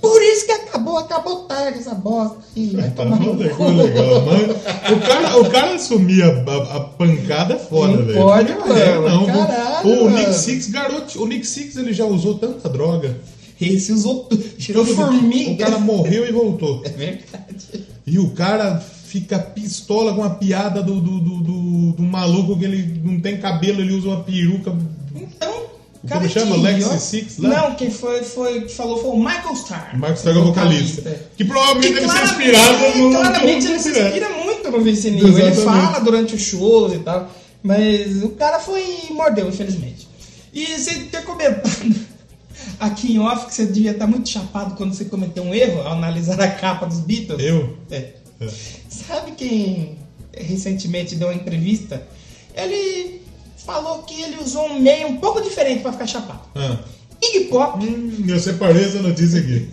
Por isso que acabou, acabou tarde essa bosta. Ih, vai
Tá
tomar no
bom, né?
cu.
Que legal, mano. O cara, o cara assumir a, a- a pancada é foda,
Não
velho.
pode,
É,
mano.
não.
Caralho,
o
mano.
Nick Six, garoto, o Nick Six ele já usou tanta droga.
Esse usou tudo. Tirou
O
formiga.
cara morreu e voltou.
É verdade.
E o cara fica pistola com a piada do, do, do, do- do maluco que ele não tem cabelo, ele usa uma peruca.
Então,
Como
cara,
chama?
que
Lexi
idiota.
Six lá?
Não, quem foi, foi, que falou foi o Michael Starr.
O Marcos Traga é vocalista. Que provavelmente
Que
ele se
claramente-
inspirado no.
Claramente
no-
ele se inspira muito no Vince Neil. Ele
Exatamente.
fala durante os shows e tal. Mas o cara foi e mordeu, infelizmente. E você ter comentado aqui em off que você devia estar muito chapado quando você cometeu um erro ao analisar a capa dos Beatles.
Eu?
É. Sabe quem recentemente deu uma entrevista? Ele falou que ele usou um meio um pouco diferente pra ficar chapado.
Ah.
Iggy Pop
Hum, eu separei essa notícia aqui.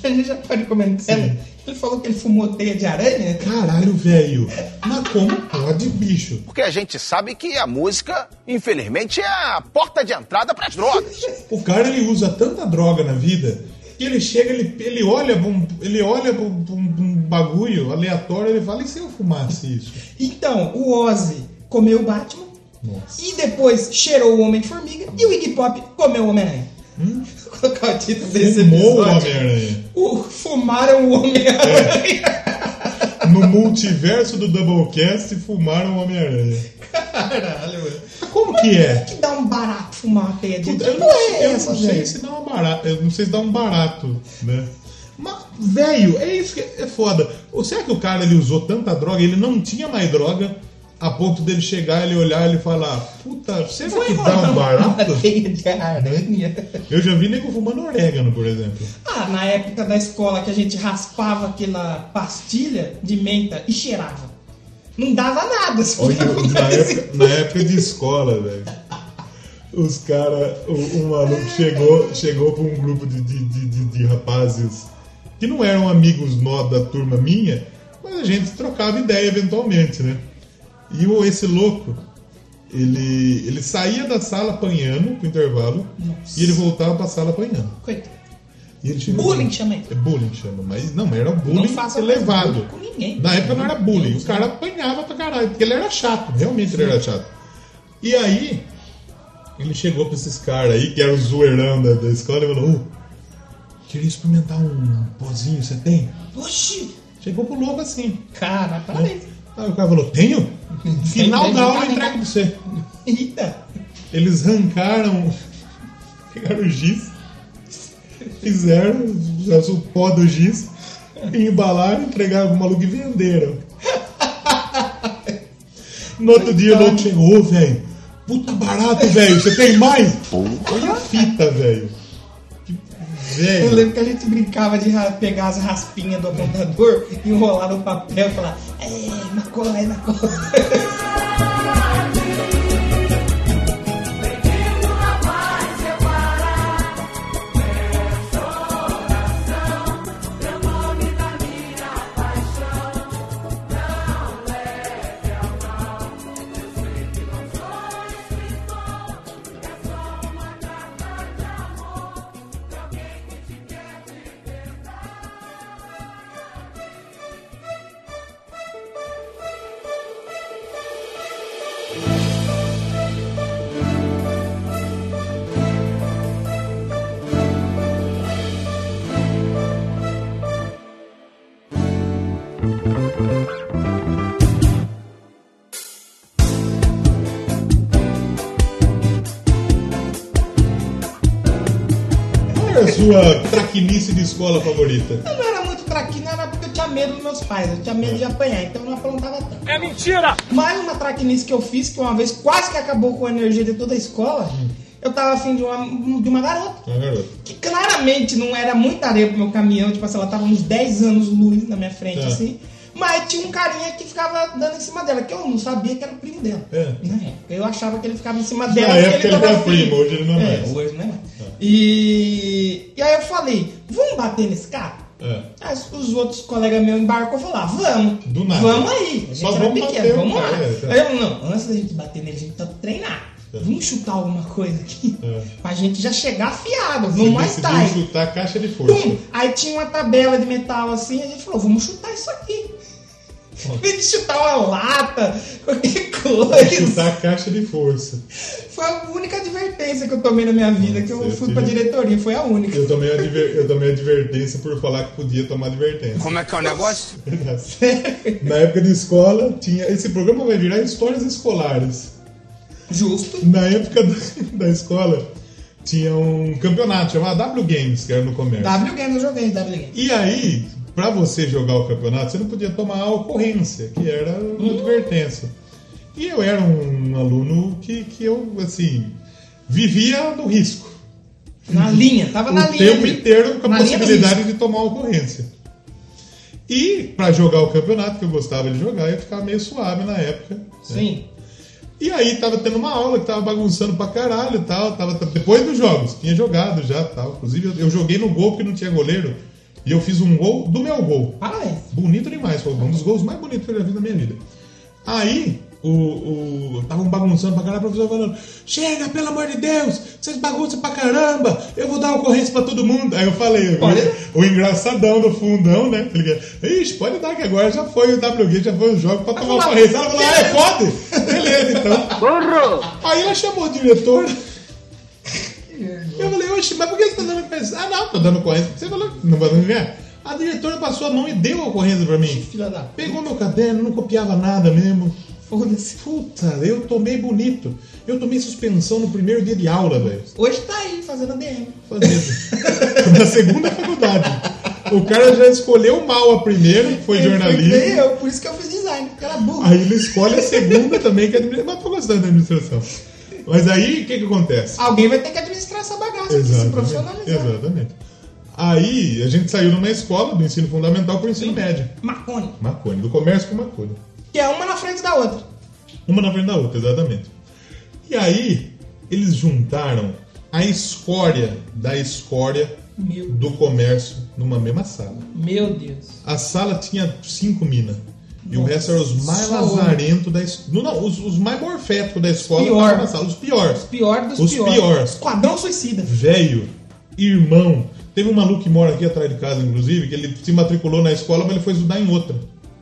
que a gente já pode comentar.
Sim.
Ele falou que ele fumou teia de aranha.
Caralho, velho. Mas como pode, bicho?
Porque a gente sabe que a música, infelizmente, é a porta de entrada para as drogas.
O cara ele usa tanta droga na vida que ele chega, ele, ele olha, pra um- ele olha pra um, pra um- pra um bagulho aleatório ele fala: e se eu fumasse isso?
Então, o Ozzy comeu o Batman.
Nossa.
E depois cheirou o Homem-Formiga. E o Iggy Pop comeu o Homem-Aranha. Vou colocar o título desse
Hum? Fumou o
episódio.
Homem-Aranha.
O- fumaram o Homem-Aranha.
No multiverso do Doublecast fumaram o Homem-Aranha.
Caralho, mano.
É. Como que é?
que dá um barato fumar uma teia de
Eu,
aranha? Que
não,
porra
sei-
é
eu
essa,
não sei
gente?
se dá um barato. Eu não sei se dá um barato, né? Mas, velho, é isso que é foda. Ou será que o cara ele usou tanta droga, ele não tinha mais droga, a ponto dele chegar, ele olhar ele falar, puta, será que dá um barato?
é Uma teia de aranha.
Eu já vi nego fumando orégano, por exemplo.
Ah, na época da escola que a gente raspava aquela pastilha de menta e cheirava. Não dava nada se
Olha, na,
acontecesse.
época, na época de escola, velho. Os caras, um maluco chegou, chegou pra um grupo de, de, de, de- de rapazes que não eram amigos nó da turma minha, mas a gente trocava ideia eventualmente, né? E o, esse louco, ele, ele saía da sala apanhando pro intervalo
Nossa.
e ele voltava pra sala apanhando.
Coitado.
E ele chegou-
Bullying chama isso.
É bullying chama, mas não, era um bullying
Não faça mais
elevado.
bullying com ninguém.
Na época não era bullying, o cara apanhava pra caralho, porque ele era chato, realmente ele era chato. E aí, ele chegou pra esses caras aí, que eram os zoeirão da, da escola, e falou: Ô, queria experimentar um pozinho, você tem?
Oxi!
Chegou pro louco assim.
Cara, parabéns.
Aí o cara falou: Tenho? Final
Tem,
da
tem,
aula eu
tem,
entrego pra você.
Eita!
Eles arrancaram, pegaram o giz, fizeram o pó do giz, embalaram, entregaram pro maluco e venderam. No outro dia o louco chegou, "Ô, velho. Puta barato, velho. Você tem mais? Olha a fita, velho. Que-
Eu
Velho.
lembro que a gente brincava de ra- pegar as raspinhas do apontador, enrolar no papel e falar: é, macola, é macola.
Qual era a sua traquinice de escola favorita?
Eu não era muito traquina, era porque eu tinha medo dos meus pais, eu tinha medo de apanhar, então eu não aprontava tanto.
É mentira!
Mais uma traquinice que eu fiz, que uma vez quase que acabou com a energia de toda a escola, eu tava afim de uma, de uma garota.
Ah, garoto.
que claramente não era muita areia pro meu caminhão, tipo assim, ela tava uns 10 anos luz na minha frente,
Tá.
assim. Mas tinha um carinha que ficava dando em cima dela, que eu não sabia que era o primo dela.
É.
Na época. Eu achava que ele ficava em cima
Na
dela. porque
época ele
tava
era
afim.
primo, hoje ele não é
É,
mais.
hoje não é mais. E... e aí eu falei, vamos bater nesse cara?
É.
As- os outros colegas meus embarcou e falaram, "Ah, vamos,
Do nada.
vamos aí. A gente
Só
era
vamos
pequeno,
bater,
vamos lá.
é, tá.
Aí eu, não, antes da gente bater nele, a gente tá treinar. Vamos chutar alguma coisa aqui
É.
pra gente já chegar afiado,
Você
no mais
decidiu
tarde.
chutar a caixa de força.
Pum! Aí tinha uma tabela de metal assim, a gente falou, vamos chutar isso aqui. Em vez de chutar uma lata, qualquer coisa.
Chutar a caixa de força.
Foi a única advertência que eu tomei na minha vida, que eu
Você
fui pra
teve-
diretoria, foi a única.
Eu tomei, adver- eu tomei advertência por falar que podia tomar advertência. Como é que é o negócio? Na época de escola, tinha. Esse programa vai virar histórias escolares.
Justo.
Na época da, da escola, tinha um campeonato chamado W Games, que era no comércio.
W Games eu joguei, W Games.
E aí, pra você jogar o campeonato, você não podia tomar a ocorrência, que era uma advertência. E eu era um aluno que, que eu, assim, vivia do risco.
Na linha, tava na
Uhum. o
linha.
tempo
ali.
inteiro com a
Na linha do
possibilidade de tomar ocorrência. E pra jogar o campeonato, que eu gostava de jogar, eu ficava meio suave na época. né?
Sim.
E aí tava tendo uma aula que tava bagunçando pra caralho e tal. Tava, depois dos jogos, tinha jogado já tal. Inclusive, eu, eu joguei no gol que não tinha goleiro. E eu fiz um gol do meu gol.
Parabéns.
Bonito demais, foi um dos gols mais bonitos que eu já vi na minha vida. Aí, o. o estavam bagunçando pra caralho, o professor falando: Chega, pelo amor de Deus, vocês bagunçam pra caramba, eu vou dar ocorrência pra todo mundo. Aí eu falei: o-
Olha.
O engraçadão do fundão, né? Falei, Ixi, pode dar que agora já foi o WG, já foi o jogo pra tomar
falar,
ocorrência. Ela falou: Ah, é, pode? Beleza, então. Aí ela chamou o diretor. Eu falei, oxe, mas por que você tá dando ocorrência? Ah, não, tô dando ocorrência. Você falou que não vai ganhar. A diretora passou a mão e deu a ocorrência pra mim.
Filha da p.
Pegou meu caderno, não copiava nada mesmo.
Foda-se.
Puta, eu tomei bonito. Eu tomei suspensão no primeiro dia de aula, velho.
Hoje tá aí fazendo DM.
Fazendo. Na segunda faculdade. O cara já escolheu mal a primeira, que foi
Ele nem
jornalismo.
eu, por isso que eu fiz design, porque era burro.
Aí ele escolhe a segunda também, que é administração. Mas tô gostando da administração. Mas aí, o que que acontece?
Alguém vai ter que administrar essa bagaça aqui, Ah, se
Exatamente.
profissionalizar.
Exatamente. Aí, a gente saiu numa escola do ensino fundamental pro ensino médio.
Marconi.
Macone, do comércio pro Macone.
Que é uma na frente da outra.
Uma na frente da outra, exatamente. E aí, eles juntaram a escória da escória
Meu.
do comércio numa mesma sala.
Meu Deus.
A sala tinha cinco minas. E o
Nossa.
resto eram os mais
Só
lazarentos da escola. Não, os, os mais morféticos da escola
Pior.
estavam na sala, os piores.
Pior dos
Os
piores.
pior.
Esquadrão suicida.
Velho, irmão. Teve um maluco que mora aqui atrás de casa, inclusive, que ele se matriculou na escola, mas ele foi estudar em outra.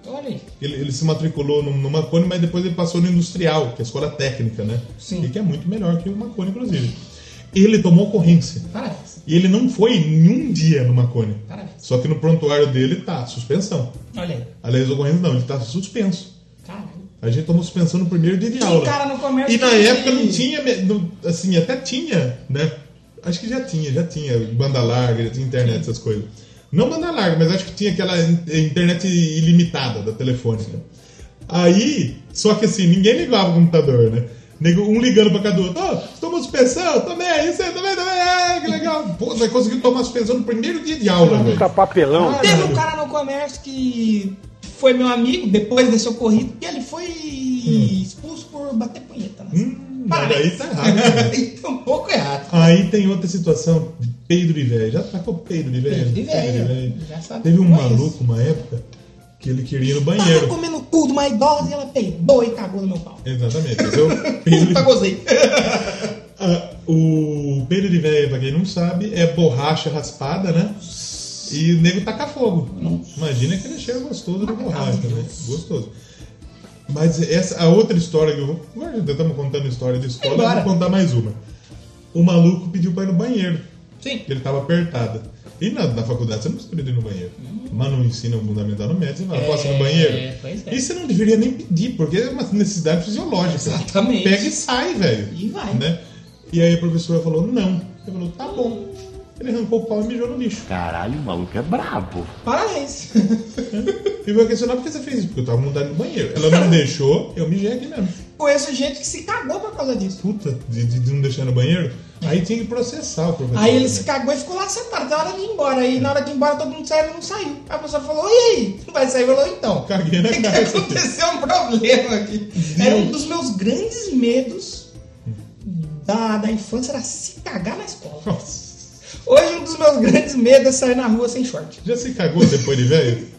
Olha aí.
Ele, ele se matriculou no, no Macone, mas depois ele passou no Industrial, que é a escola técnica, né?
Sim.
E que é muito melhor que o Macone, inclusive. Ele tomou ocorrência.
Parabéns.
E ele não foi nenhum dia no Macone.
Parabéns.
Só que no prontuário dele tá suspensão.
Olha aí.
Aliás, ocorrência não, ele tá suspenso.
Caralho.
A gente tomou suspensão no primeiro dia de aula.
cara no comércio
e na
que-
época não tinha, me- não- assim, até tinha, né? Acho que já tinha, já tinha banda larga, já tinha internet, essas coisas. Não banda larga, mas acho que tinha aquela in- eh, internet ilimitada da telefônica. Aí, só que assim, ninguém ligava o computador, né? Nego- Um ligando pra cada outro, ó, tomou suspensão, também, isso aí, também, também, ah, que legal. Pô, você conseguiu tomar suspensão no primeiro dia de aula, velho.
papelão.
Teve um cara no comércio que foi meu amigo depois desse ocorrido e ele foi expulso por bater punheta. né?
Hum, mas
Parabéns.
aí tá errado, né?
então, um pouco errado.
Aí tem outra situação de peido de velho. Já tacou peido de velho?
Peido de velho.
Peido de velho.
Já sabe
Teve um
como é Tá
maluco, uma época, que ele queria ir no
Tava
banheiro.
comendo tudo, uma idosa e ela peidou e cagou no meu pau.
Exatamente. Mas eu, peido de-
Puta, gozei.
Ah, o peido de velho, pra quem não sabe, é borracha raspada, né? E o nego taca fogo. Imagina aquele cheiro gostoso de borracha,
Tá
né? Gostoso. Mas essa, a outra história que eu vou. Agora já estamos contando história de escola, eu
Vambora.
vou contar mais uma. O maluco pediu pra ir no banheiro.
Sim.
que ele tava apertado. E na, na faculdade você não escolhe ir no banheiro. Mas no ensino fundamental no médio, você fala, posso ir no banheiro?
pois é.
E você não deveria nem pedir, porque é uma necessidade fisiológica.
Exatamente.
Pega e sai, velho.
E vai.
Né? E aí a professora falou, não. Ele falou, tá bom. Ele arrancou o pau e mijou no lixo.
Caralho, o maluco é brabo.
Parabéns.
E vai questionar por que você fez isso, porque eu tava mudando no banheiro. Ela não deixou, eu mijei aqui mesmo.
Conheço gente que se cagou por causa disso.
Puta, de, de- de não deixar no banheiro. Aí tinha que processar o professor.
Aí ele
né?
se cagou e ficou lá sentado, na hora de ir embora. Aí na hora de ir embora todo mundo saiu, ele não saiu. Aí a pessoa falou, e aí? Não vai sair? Ele falou, então.
Caguei na
O que que
calça.
aconteceu? É um problema aqui. Era um dos meus grandes medos da, da infância, era se cagar na escola.
Nossa.
Hoje um dos meus grandes medos é sair na rua sem short.
Já se cagou depois de velho?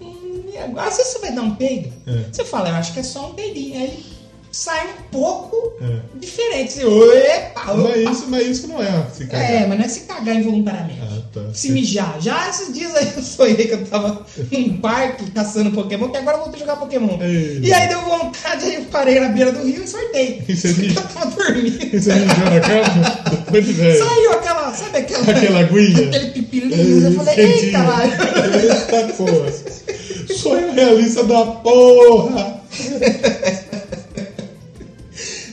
Hum, e agora, às vezes você vai dar um peido,
É.
você fala, eu acho que é só um peidinho. Aí ele sai um pouco
É.
diferente. Você, Epa, opa.
Mas isso, mas isso não é se cagar.
É, mas não é se cagar involuntariamente.
Ah, tá.
Se mijar. Já esses dias aí eu sonhei que eu tava num parque caçando Pokémon, que agora eu vou jogar Pokémon.
Ei.
E aí deu vontade, aí eu parei na beira do rio e sortei.
E você mijou?
Eu tava dormindo.
Você mijou na cama? Depois de velho.
Saiu aquela, sabe aquela...
Aquela aguinha.
Aquele pipilinho. Eu falei,
Quentinho.
eita, lá.
Eita porra. Sonho realista da porra.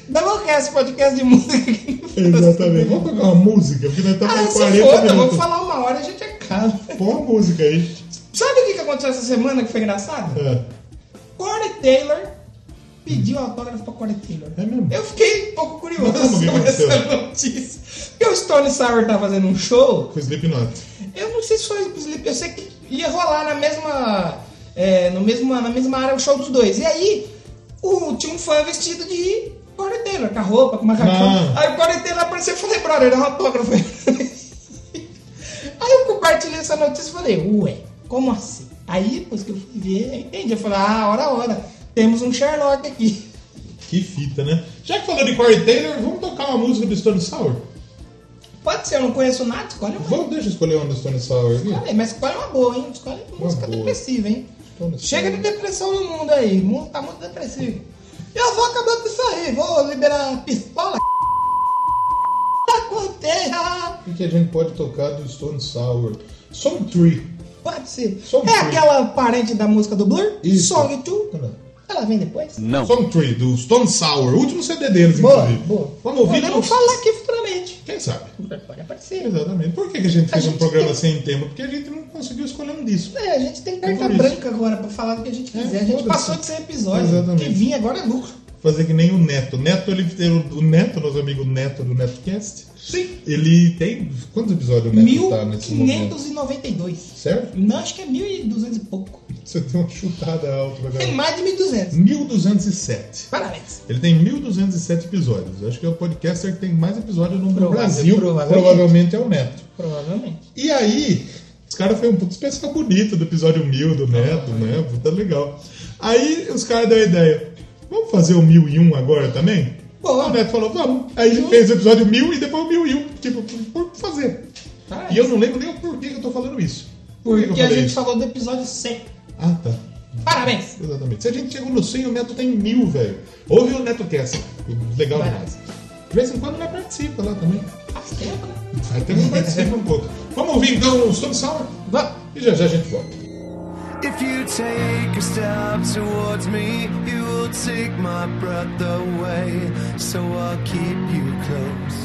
Doublecast, podcast de música. que não faz
Exatamente.
tempo.
Vamos pegar uma música, porque nós estamos
Ah,
Tá com
se
40
for, eu vou
minutos.
falar uma hora e a gente acaba.
Põe uma música aí.
Sabe o que que aconteceu essa semana que foi engraçado?
É.
Corey Taylor pediu autógrafo pra Corey Taylor.
É mesmo?
Eu fiquei um pouco curioso
Mas como que
com essa
aconteceu?
notícia. Porque o Stone Sour tá fazendo um show.
Com Slipknot.
Eu não sei se foi. Eu sei que ia rolar na mesma. é, no mesmo, na mesma área o show dos dois. E aí, o, tinha um fã vestido de Corey Taylor, com a roupa, com o macacão.
Ah.
Aí o Corey Taylor apareceu e falei, brother, dá um autógrafo aí. Aí eu compartilhei essa notícia e falei, ué, como assim? Aí depois que eu fui ver, eu entendi. Eu falei, ah, hora, hora, temos um Sherlock aqui.
Que fita, né? Já que falou de Corey Taylor, vamos tocar uma música do Stone Sour?
Pode ser, eu não conheço nada, escolhe um. uma.
Vamos, deixa eu escolher uma do Stone Sour aqui.
Escolhe, mas escolhe uma boa, hein? Escolhe música
boa.
depressiva, hein?
Stone
Chega de
Sour.
depressão no mundo aí, o mundo tá muito depressivo. Eu vou acabar com isso aí, vou liberar a pistola. Da corteja.
O que a gente pode tocar do Stone Sour? Song Tree.
Pode ser.
Song
é
Tree.
aquela parente da música do Blur?
Isso. Tá
Song 2.
Não.
Ela vem depois.
Não.
Song Tree, do Stone Sour. Último CD deles,
Boa,
inclusive.
boa.
Vamos ouvir?
Podemos falar aqui futuramente.
Quem sabe?
Pode aparecer.
Exatamente. Por que, que a gente
A
fez um
gente
programa
tem-
sem tema? Porque a gente não conseguiu escolher um disco.
É, a gente tem
É
carta
por isso.
branca agora pra falar do que a gente quiser.
É,
a gente
foda-se.
passou de 100 episódios.
Exatamente.
Que vinha agora é lucro.
Fazer que nem o Neto. O Neto, ele tem o, o Neto, nosso amigo Neto do NetoCast.
Sim.
Ele tem. Quantos episódios o Neto tá nesse momento?
1592.
Certo?
Não, acho que é 1200 e pouco.
Você tem uma chutada alta pra
Tem
galera.
mais de 1200.
1207.
Parabéns.
Ele tem 1207 episódios. Eu Acho que é o podcaster que tem mais episódios no
Provável-
Brasil.
provavelmente.
Provavelmente é o Neto.
Provavelmente.
E aí, os caras foi um puto especial bonito do episódio 1000
Ah,
do Neto, né? Puta legal. Aí os caras deram a ideia: vamos fazer o 1001 agora também?
Boa.
O Neto falou: vamos. Aí ele fez o episódio 1000 e depois o 1001. Tipo, por por fazer.
Tá.
E eu não lembro nem o porquê que eu tô falando isso. Por que que
Porque
eu
a
falei
gente
isso?
falou do episódio 100.
Ah, tá.
Parabéns!
Exatamente. Se a gente chegou no 100, o Neto tem 1000, velho. Ouve o Neto Cast. Legal
Vai.
demais. De vez em quando ele participa lá também.
Faz tempo, né?
Aí tem que participa um pouco. Vamos ouvir então o Stone Sour?
Vamos.
E já já a gente volta.
If you take a step towards me, you will take my breath away. So I'll keep you close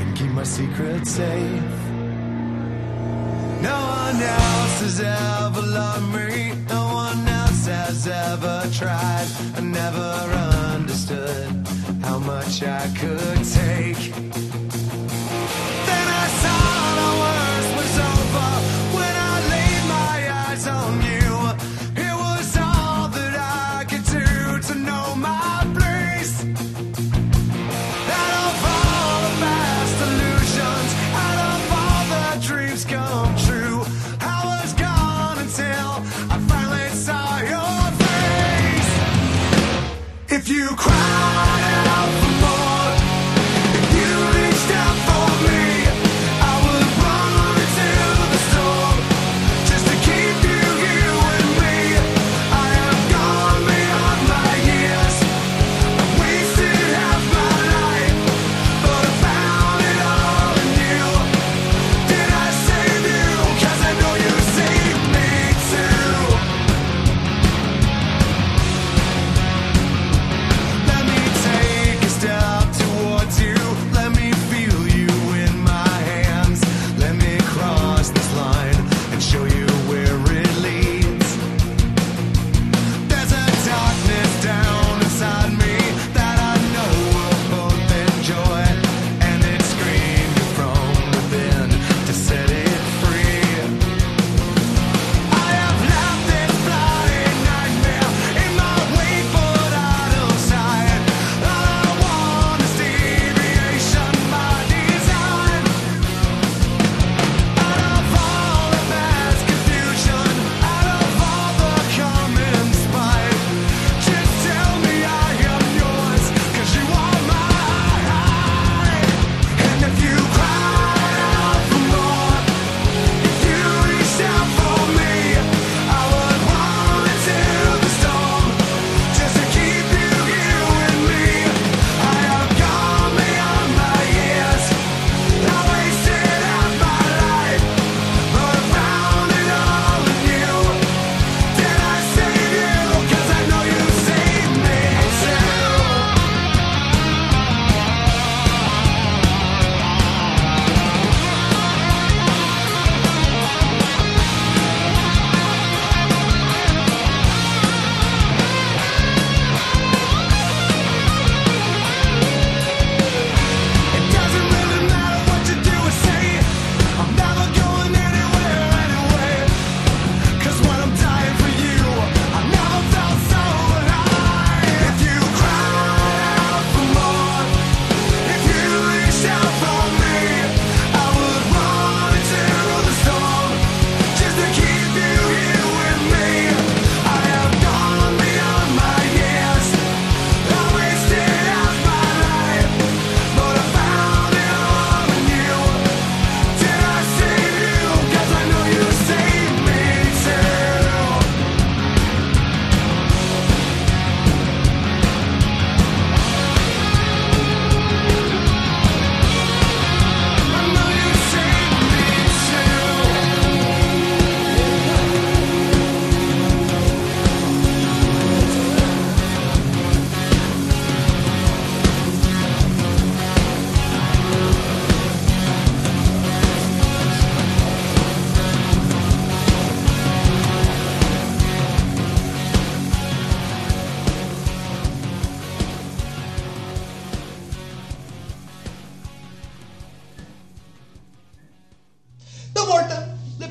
and keep my secret safe. No one else has ever loved me, no one else has ever tried. I never understood how much I could take. Then I saw the worst was over when I laid my eyes on you. It was all that I could do to know my place. Out of all the past illusions, out of all the dreams come true, I was gone until I finally saw your face. If you cried out for more, you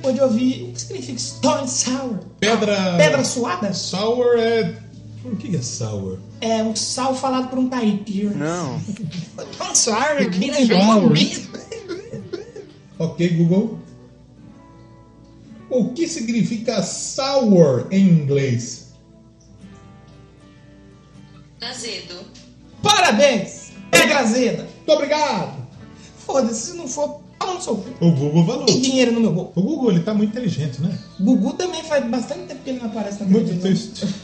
pode ouvir. O que significa Stone Sour?
Pedra-
Pedra suada?
Sour é. O que que é sour?
É um sal falado por um taítir.
Não.
Stone Sour, que
é sour. Ok, Google. O que significa sour em inglês?
Azedo.
Parabéns! Pedra azeda!
Muito obrigado!
Foda-se, se não for, eu não sou.
O Google falou.
Tem dinheiro no meu bolso.
O Google, ele tá muito inteligente, né?
Gugu também faz bastante tempo que ele não aparece na
Muito
televisão.
triste.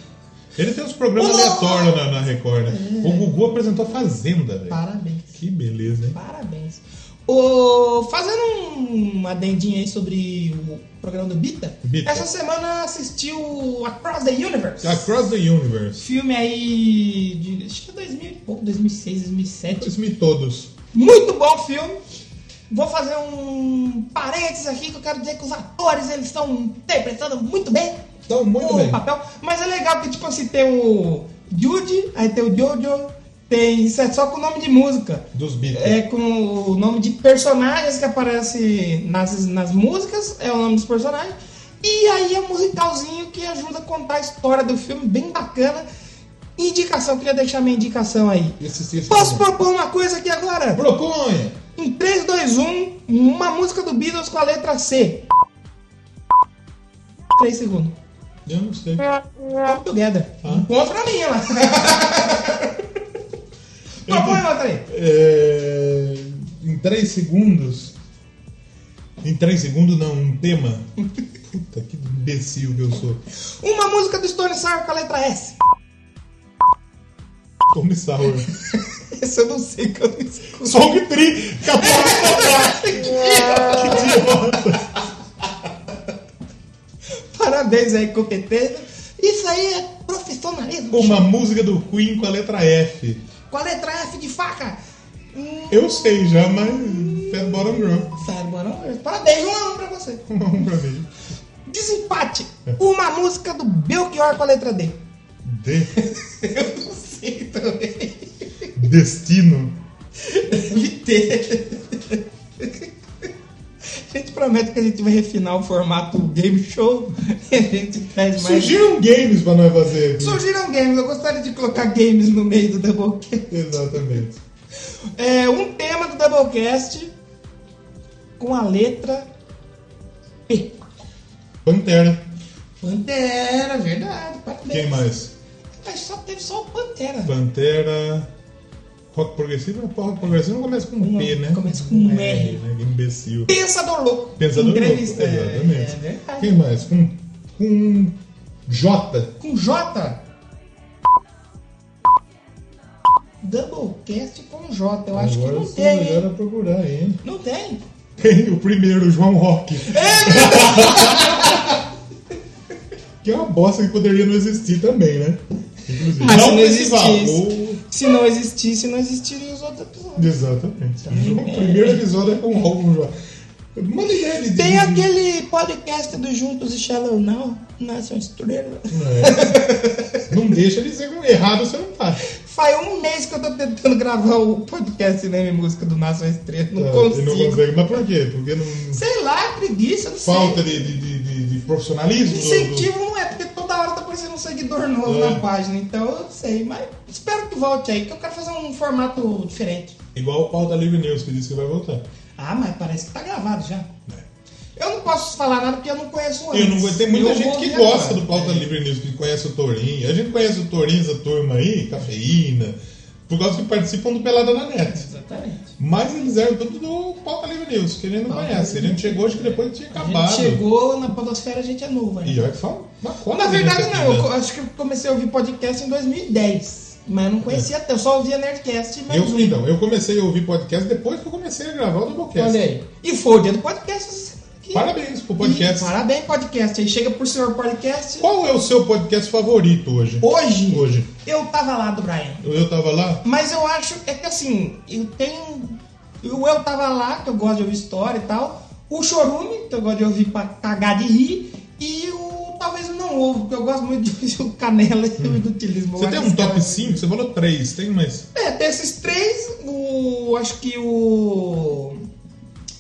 Ele tem uns programas
Olá!
aleatórios na, na Record, né? O Gugu apresentou Fazenda, velho.
Parabéns.
Que beleza, hein?
Parabéns. Ô, fazendo um adendinho aí sobre o programa do Bita,
Bita.
essa semana assistiu Across the Universe.
Across the Universe.
Filme aí de acho que é 2000 e pouco, 2006, 2007.
Transmi todos.
Muito bom filme. Vou fazer um parênteses aqui que eu quero dizer que os atores eles estão interpretando muito bem
Então, muito
o
bem.
papel. Mas é legal porque, tipo assim, tem o Jude, aí tem o Jojo, tem. Isso é só com o nome de música.
Dos Beatles.
É com o nome de personagens que aparece nas, nas músicas, é o nome dos personagens. E aí é um musicalzinho que ajuda a contar a história do filme, bem bacana. Indicação, queria deixar minha indicação aí.
Esse, esse, esse
Posso
programa.
propor uma coisa aqui agora?
Proponha!
Em 3, 2, 1, uma música do Beatles com a letra C. 3 segundos.
Eu não sei.
Come together. Encontra a minha lá. Propõe outra aí.
É, em 3 segundos. Em 3 segundos, não, um tema. Puta, que imbecil que eu sou.
Uma música do Stone Sour com a letra S.
Tome sour.
Essa eu não sei que eu não sei.
Song Tri!
Parabéns aí, competência. Isso aí é profissionalismo.
Uma música do Queen com a letra F.
Com a letra F de faca. Hum,
Eu sei já, mas. Fat Bottom Girl.
sério, mano. Parabéns, um a um pra você.
Vamos pra mim.
Desempate. Uma música do Belchior com a letra D.
De...
Eu não sei também.
Destino.
Deve ter. A gente promete que a gente vai refinar o formato game show e a gente traz mais.
Surgiram games pra nós fazer. aqui.
Surgiram games, eu gostaria de colocar games no meio do Doublecast.
Exatamente.
É um tema do Doublecast com a letra P.
Pantera.
Pantera, verdade, parabéns.
Quem mais?
Mas só teve só o Pantera.
Pantera. Rock progressivo? Pô, Rock progressivo não começa com um P, né?
começa com um R.
né? Que imbecil.
Pensador Louco.
Pensador louco.
Entrevista.
Exatamente.
É, verdade.
Quem mais? Com, com J.
Com J. Doublecast com J. Eu acho que
Agora
não
sou
tem,
melhor
hein?
a procurar, hein?
Não tem.
Tem o primeiro, João Rock. que é uma bosta que poderia não existir também, né? Inclusive.
Mas se não
precisava.
existisse. Se não existisse, não existiriam os outros episódios.
Exatamente. O primeiro episódio é com o Rock. João. Manda ideia de
Tem aquele podcast do Juntos e Shallow Now, Nação Estrela.
É. Não deixa de ser errado você não tá.
Faz um mês que eu tô tentando gravar o podcast Cinema e Música do Nação Estrela, não
Tá,
consigo.
e não consegue. Mas por quê? Porque não.
Sei lá, é preguiça, não
Falta
sei.
de, de, de- de- de profissionalismo. do- do-
Incentivo não é, porque toda hora tá aparecendo um seguidor novo
É.
na página, então eu não sei, mas espero que volte aí, que eu quero fazer um formato diferente.
Igual o Pauta Livre News que disse que vai voltar.
Ah, mas parece que tá gravado já. Eu não posso falar nada porque eu não conheço o
É. Eu não vou, tem muita
Eu
gente
vou
que
ouvir
gosta
agora.
do Pauta Livre News, que conhece o Torinho. A gente conhece o Torinho, essa turma aí, cafeína, por causa que participam do Pelada na Net.
Exatamente.
Mas eles eram tudo do Pauta Livre News, que ele não conhece. Ele não chegou, acho que depois tinha
A gente
acabado.
chegou na podosfera, a gente é novo, né?
E olha que só uma
Bom,
cota
na
de gente
verdade,
aqui,
não. Eu
né?
co- acho que eu comecei a ouvir podcast em 2010. Mas eu não conhecia, até, eu só ouvia Nerdcast e mais um.
É. Eu, então, eu comecei a ouvir podcast depois que eu comecei a gravar o Doublecast.
Olha aí. E foi o dia do podcast. essa semana aqui.
Parabéns pro podcast.
E parabéns, podcast. Aí chega pro senhor podcast.
Qual é o seu podcast favorito hoje?
Hoje,
Hoje.
eu tava lá do Brian.
Eu tava lá?
Mas eu acho, é que assim, eu tenho. O Eu Tava Lá, que eu gosto de ouvir história e tal. O Chorume, que eu gosto de ouvir pra cagar de rir. E o Talvez Eu Não Ovo, que eu gosto muito de ouvir o Canela e o Inutilismo. Eu
Você
acho
tem
é
um
esse cara-
top 5? Você falou 3, tem mais.
É, tem esses três, o. Acho que o.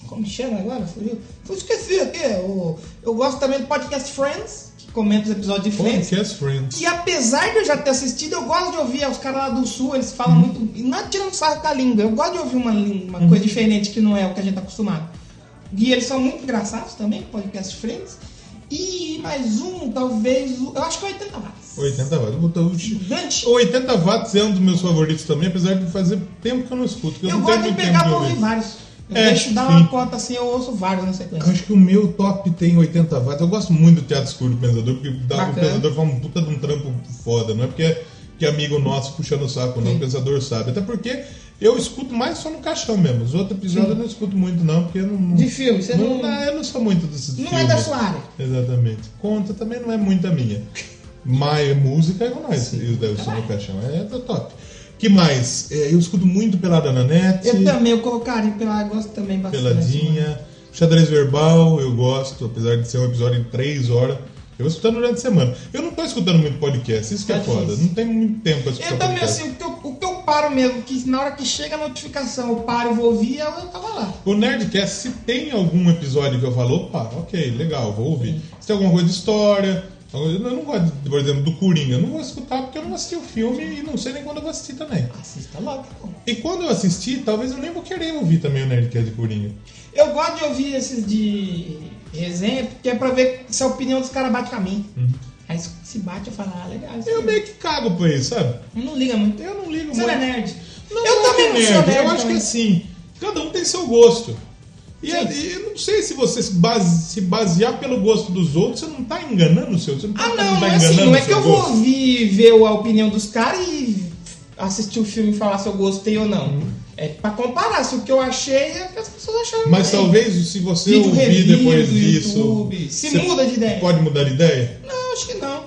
Como chama agora? Fugiu? Fui esquecer aqui. é, O, eu gosto também do podcast Friends, que comenta os episódios de Friends.
Podcast Friends.
Que apesar de eu já ter assistido, eu gosto de ouvir os caras lá do sul, eles falam muito. E não é tirando sarro com a língua. Eu gosto de ouvir uma, lin- uma coisa diferente que não é o que a gente tá acostumado. E eles são muito engraçados também, podcast Friends. E mais um, talvez. o- Eu acho que é 80 watts.
80 watts. Puta, o-
Gigante.
80 watts é um dos meus favoritos também, apesar de fazer tempo que eu não escuto. que Eu,
Eu
não
gosto
tenho
de
muito
pegar
tempo de
pra
ouvir.
ouvir vários. Eu
É,
deixo dar uma
sim.
cota assim, eu ouço vários na
Eu
sequência.
acho que o meu top tem 80 watts. Eu gosto muito do Teatro Escuro do Pensador, porque dá, o
Bacana.
Pensador faz um puta de um trampo foda. Não é porque é, que é amigo nosso puxando o saco, não.
Sim.
O Pensador sabe. Até porque eu escuto mais só no caixão mesmo. Os outros episódios eu não escuto muito, não, porque eu não. não-
De filme, você
não,
não-
não- Eu não sou muito desses
Não
filmes.
é da sua área.
Exatamente. Conta também não é muita minha. Mas música é com nós. E o Delson no caixão é do top. que mais? É, eu escuto muito Pelada na Net.
Eu também, eu colocaria pela gosto também bastante.
Peladinha, xadrez verbal, eu gosto, apesar de ser um episódio de 3 horas. Eu vou escutando durante a semana. Eu não tô escutando muito podcast, isso que é,
É
foda.
difícil.
Não tem muito tempo pra escutar
Eu também,
podcast.
assim, o que eu, o que eu paro mesmo, que na hora que chega a notificação, eu paro e vou ouvir, eu tava lá.
O Nerdcast, se tem algum episódio que eu falo, opa, ok, legal, vou ouvir. Se tem alguma coisa de história, alguma coisa- eu não gosto, de- por exemplo, do Coringa, eu não vou escutar porque eu não assisti o filme e não sei nem quando eu vou assistir também.
Assista
tá
logo. pô.
E quando eu assistir, talvez eu nem vou querer ouvir também o Nerdcast de Coringa.
Eu gosto de ouvir esses de resenha, porque é pra ver se a opinião dos caras bate com a minha. Aí se- se bate, eu falo, ah, legal. Isso
Uhum. Eu
aí.
meio que cago pra isso, sabe?
Não liga muito.
Eu não ligo
Você
muito.
não é nerd.
Não,
eu também não
nerd.
sou nerd.
Eu acho que
também.
assim, cada um tem seu gosto. E,
Sim.
e eu não sei se você se, base- se basear pelo gosto dos outros, você não tá enganando o seu. Você não tá,
Ah, não,
tá
é assim,
enganando
não
o
é que
seu
eu vou
gosto.
ouvir ver a opinião dos caras e assistir o filme e falar se eu gostei ou não. É pra comparar, se o que eu achei é o que as pessoas acharam.
Mas
também.
talvez se você
Vídeo
ouvir
review
depois
do
disso.
YouTube. Se
você
muda de ideia.
Pode mudar de ideia?
Não, acho que não.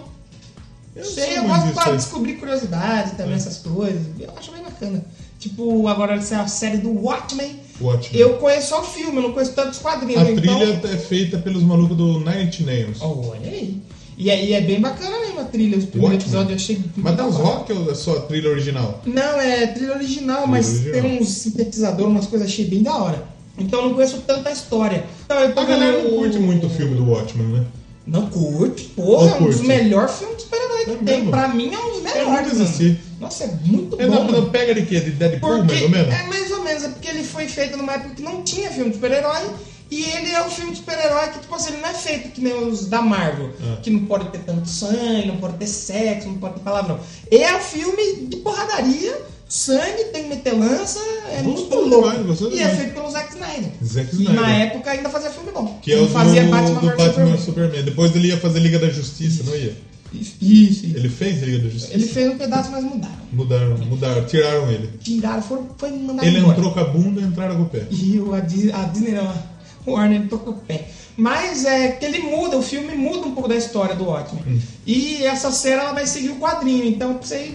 Eu
não
sei, eu
muito
gosto
disso
pra
aí. É.
descobrir curiosidade também, essas coisas. Eu acho bem bacana. Tipo, agora essa é a série do Watchmen.
Watchmen.
Eu conheço só o filme, eu não conheço tantos quadrinhos.
A
então...
trilha é feita pelos malucos do Night Nails.
Olha aí. E aí é bem bacana mesmo a trilha. Os primeiros
Watchmen.
episódios eu achei.
Mas das
hora.
rock ou é só a trilha original?
Não, é trilha original, mas
original.
tem um sintetizador, umas coisas achei bem da hora. Então eu não conheço tanta história. Então, eu tô
A galera não
vendo-
curte muito o filme do Watchmen, né?
Não curte, porra,
Não
é um dos
curte.
melhores filmes de super-herói que
É
tem.
mesmo?
Pra mim é um dos melhores.
nunca
mano.
assisti.
Nossa, é muito
É
bom.
da, da
mano.
pega de quê? De Deadpool,
Porque-
mais ou menos?
É mais ou menos, é porque ele foi feito numa época que não tinha filme de super-herói. E ele é um filme de super-herói que, tipo assim, ele não é feito que nem os da Marvel.
Ah.
Que não pode ter tanto sangue, não pode ter sexo, não pode ter palavrão. É um filme de porradaria, sangue, tem metelança, é
Gostou
muito louco.
demais, gostou
e é
demais.
feito pelo Zack Snyder.
Zack
E na
Snyder.
época ainda fazia filme bom.
Que é
Não
o do,
fazia
do
Batman
Batman,
vs Superman.
Superman. Depois ele ia fazer Liga da Justiça, não ia?
Isso, isso.
Ele fez Liga da Justiça?
Ele fez um pedaço, mas mudaram.
Mudaram, mudaram, tiraram ele.
Tiraram, foram, foi mandado
Ele
embora.
entrou com a bunda e entraram com o pé.
E o, a, Dis- a Disney não, a Warner tocou o pé. Mas é que ele muda, o filme muda um pouco da história do Watchmen.
Hum.
E essa série ela vai seguir o quadrinho, então pra você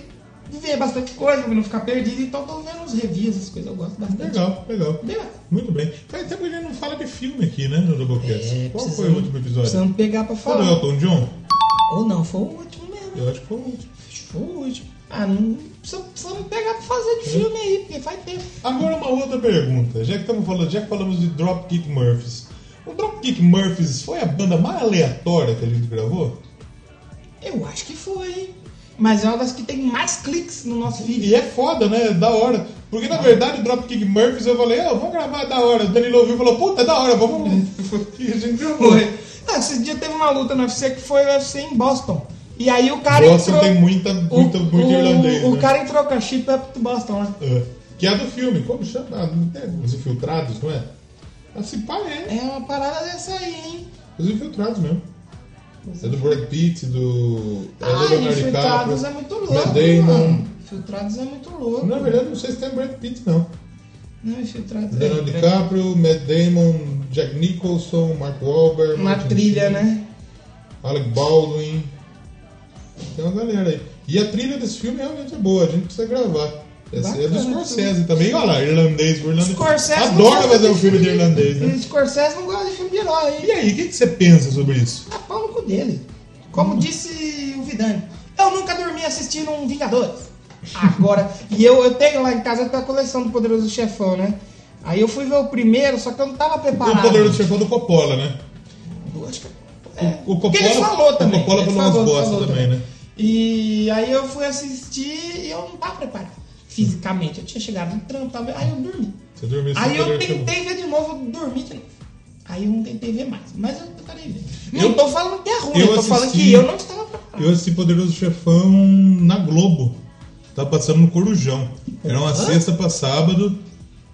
ver bastante coisa, pra não ficar perdido. Então tô vendo uns reviews, essas coisas, eu gosto bastante.
Legal, legal.
Bem bacana.
Muito bem. Faz tempo que a gente não fala de filme aqui, né, no Doublecast?
É,
Qual
precisamos-
foi o último episódio?
Precisamos pegar pra
Foi do
falar.
Elton John?
Ou não, foi o último mesmo.
Eu acho que foi o último.
Acho que foi o último. Ah, não precisamos, precisamos pegar pra fazer
É.
de filme aí, porque faz tempo.
Agora uma outra pergunta. Já que estamos falando, já que falamos de Dropkick Murphys. O Dropkick Murphys foi a banda mais aleatória que a gente gravou?
Eu acho que foi, hein? Mas é uma das que tem mais cliques no nosso vídeo.
E é foda, né? Da hora. Porque na verdade o Dropkick Murphys eu falei, ó, vamos gravar é da hora. O Danilo ouviu e falou, puta, é da hora, vamos. E a gente gravou.
Foi. Ah, esse dia teve uma luta no UFC que foi o UFC em Boston. E aí o cara
Boston
entrou.
tem muita, muito, muito irlandês.
o
né?
cara entrou com a chip up do Boston né? lá.
É. Que é do filme, como chama? Ah, não tem Os infiltrados, não é? Ah, se pá, é.
É uma parada dessa aí, hein?
Os infiltrados mesmo. É do Brad Pitt, do. É do
Ah,
Leonardo
infiltrados
DiCaprio.
é muito
Matt
louco,
Damon.
mano. Infiltrados é muito louco.
Na verdade, não sei se tem Brad Pitt, não.
Não, infiltrados é.
Leonardo DiCaprio, Matt Damon, Jack Nicholson, Mark Wahlberg.
Uma
Martin
trilha,
Sheen,
né?
Alec Baldwin. Tem uma galera aí. E a trilha desse filme realmente é boa, a gente precisa gravar. Essa é do
Bacana, né?
Scorsese também. Olha lá, irlandês, por irlandês.
Scorsese não
Adora
gosta
fazer
de
um filme de irlandês, né?
E Scorsese não gosta de filme de herói, hein?
E aí, o que, que você pensa sobre isso?
a pau no cu dele.
Uhum.
Como disse o Vidani, eu nunca dormi assistindo um Vingadores. Agora, e eu, eu tenho lá em casa até a coleção do Poderoso Chefão, né? Aí eu fui ver o primeiro, só que eu não tava
O poder do
preparado.
chefão do Coppola, né?
Acho que- é,
O- o
porque ele
Coppola-
falou
o
também.
Coppola
ele
falou umas
falou
bosta
falou
também, né?
E aí eu fui assistir e eu não tava preparado fisicamente. Eu tinha chegado no trampo, tava... aí eu dormi.
Você dormiu sem
Aí
poder
eu
do chefão.
tentei ver de novo, eu dormi de novo. Aí eu não tentei ver mais, mas eu parei ver. Não
Eu-
tô falando que é ruim,
eu
eu, tô falando
assisti-
que eu não estava preparado.
Eu assisti Poderoso Chefão na Globo. Tava passando no Corujão. Era uma sexta pra sábado.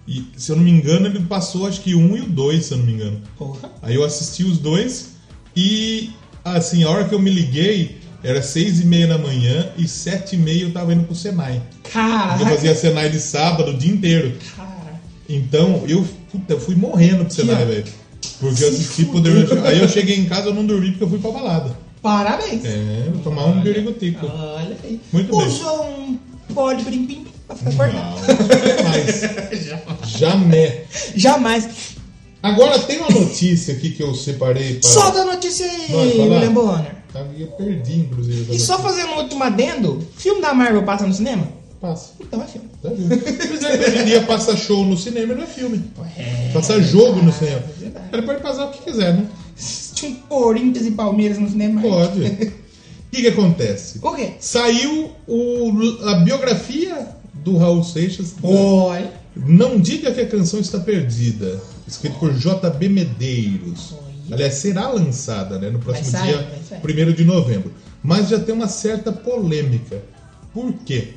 E, se eu não me engano, ele passou acho que um e o dois, se eu não me engano.
Porra.
Aí eu assisti os dois e assim, a hora que eu me liguei era seis e meia da manhã e sete e meia eu tava indo pro Senai. Porque eu
Caraca,
fazia Senai de sábado o dia inteiro.
cara.
Então eu, puta, eu fui morrendo pro Senai,
Que-
velho. Porque eu
Se
assisti
fudeu.
Poderoso Aí eu cheguei em casa eu não dormi porque eu fui pra balada.
Parabéns.
É, vou tomar um perigotico.
Olha aí.
Muito bem.
Usou um pó de brim-bim pra ficar
Não,
acordado.
jamais. Jamais.
Jamais.
Agora tem uma notícia aqui que eu separei para.
Solta a notícia
Vai
aí,
falar?
William Bonner.
Tá, Eu perdi, inclusive. essa
E só
notícia.
fazendo um último adendo, filme da Marvel passa no cinema?
Passa.
Então é filme.
Tá vendo? Mas é que hoje em dia passa show no cinema e não é filme. Passa jogo no cinema. Ele pode passar o que quiser, né?
Tinha um Corinthians e Palmeiras no cinema.
Pode. O que, que acontece?
O quê?
Saiu o- a biografia do Raul Seixas.
Olha.
Não diga que a canção está perdida. Escrito por JB Medeiros. Aliás, será lançada né, no próximo
Vai sair, vai
dia
sair.
1 de novembro. Mas já tem uma certa polêmica. Por quê?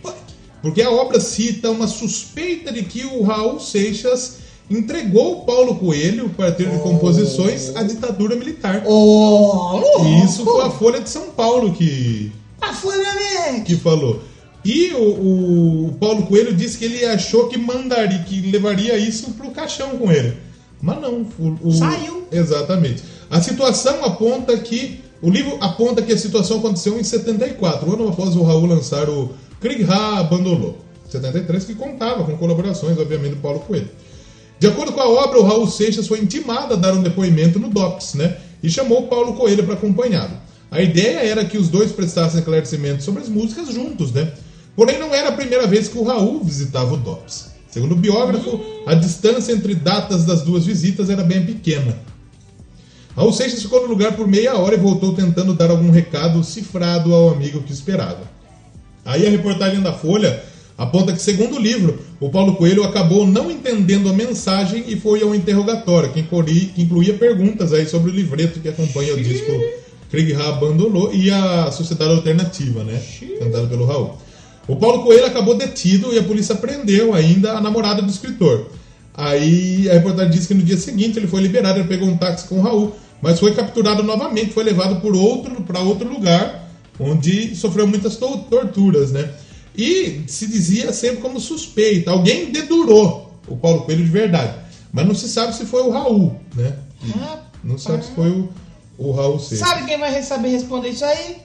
Porque a obra cita uma suspeita de que o Raul Seixas entregou o Paulo Coelho, o parteiro de composições, à ditadura militar.
Oh, Ô, louco.
E isso
oh.
foi a Folha de São Paulo que,
A Folha, né?
que falou. E o, o Paulo Coelho disse que ele achou que mandaria, que levaria isso pro caixão com ele. Mas não. o- o-
Saiu.
Exatamente. A situação aponta que. O livro aponta que a situação aconteceu em 74, ano após o Raul lançar o Krieg Ha Abandonou. 73, que contava com colaborações, obviamente, do Paulo Coelho. De acordo com a obra, o Raul Seixas foi intimado a dar um depoimento no DOPS, né? E chamou o Paulo Coelho para acompanhá-lo. A ideia era que os dois prestassem esclarecimentos sobre as músicas juntos, né? Porém, não era a primeira vez que o Raul visitava o DOPS. Segundo o biógrafo, a distância entre datas das duas visitas era bem pequena. Raul Seixas ficou no lugar por meia hora e voltou tentando dar algum recado cifrado ao amigo que esperava. Aí a reportagem da Folha aponta que, segundo o livro, o Paulo Coelho acabou não entendendo a mensagem e foi ao interrogatório, que inclui- que incluía perguntas aí sobre o livreto que acompanha o disco Krieg Ha Abandonou e a Sociedade Alternativa, né? Cantada pelo Raul. O Paulo Coelho acabou detido e a polícia prendeu ainda a namorada do escritor. Aí a reportagem diz que no dia seguinte ele foi liberado, ele pegou um táxi com o Raul, mas foi capturado novamente, foi levado por outro para outro lugar onde sofreu muitas to- torturas, né? E se dizia sempre como suspeita. Alguém dedurou o Paulo Coelho de verdade, mas não se sabe se foi o Raul, né? Não sabe se foi o, o Raul Seixas.
Hum. Sabe quem vai saber responder isso aí?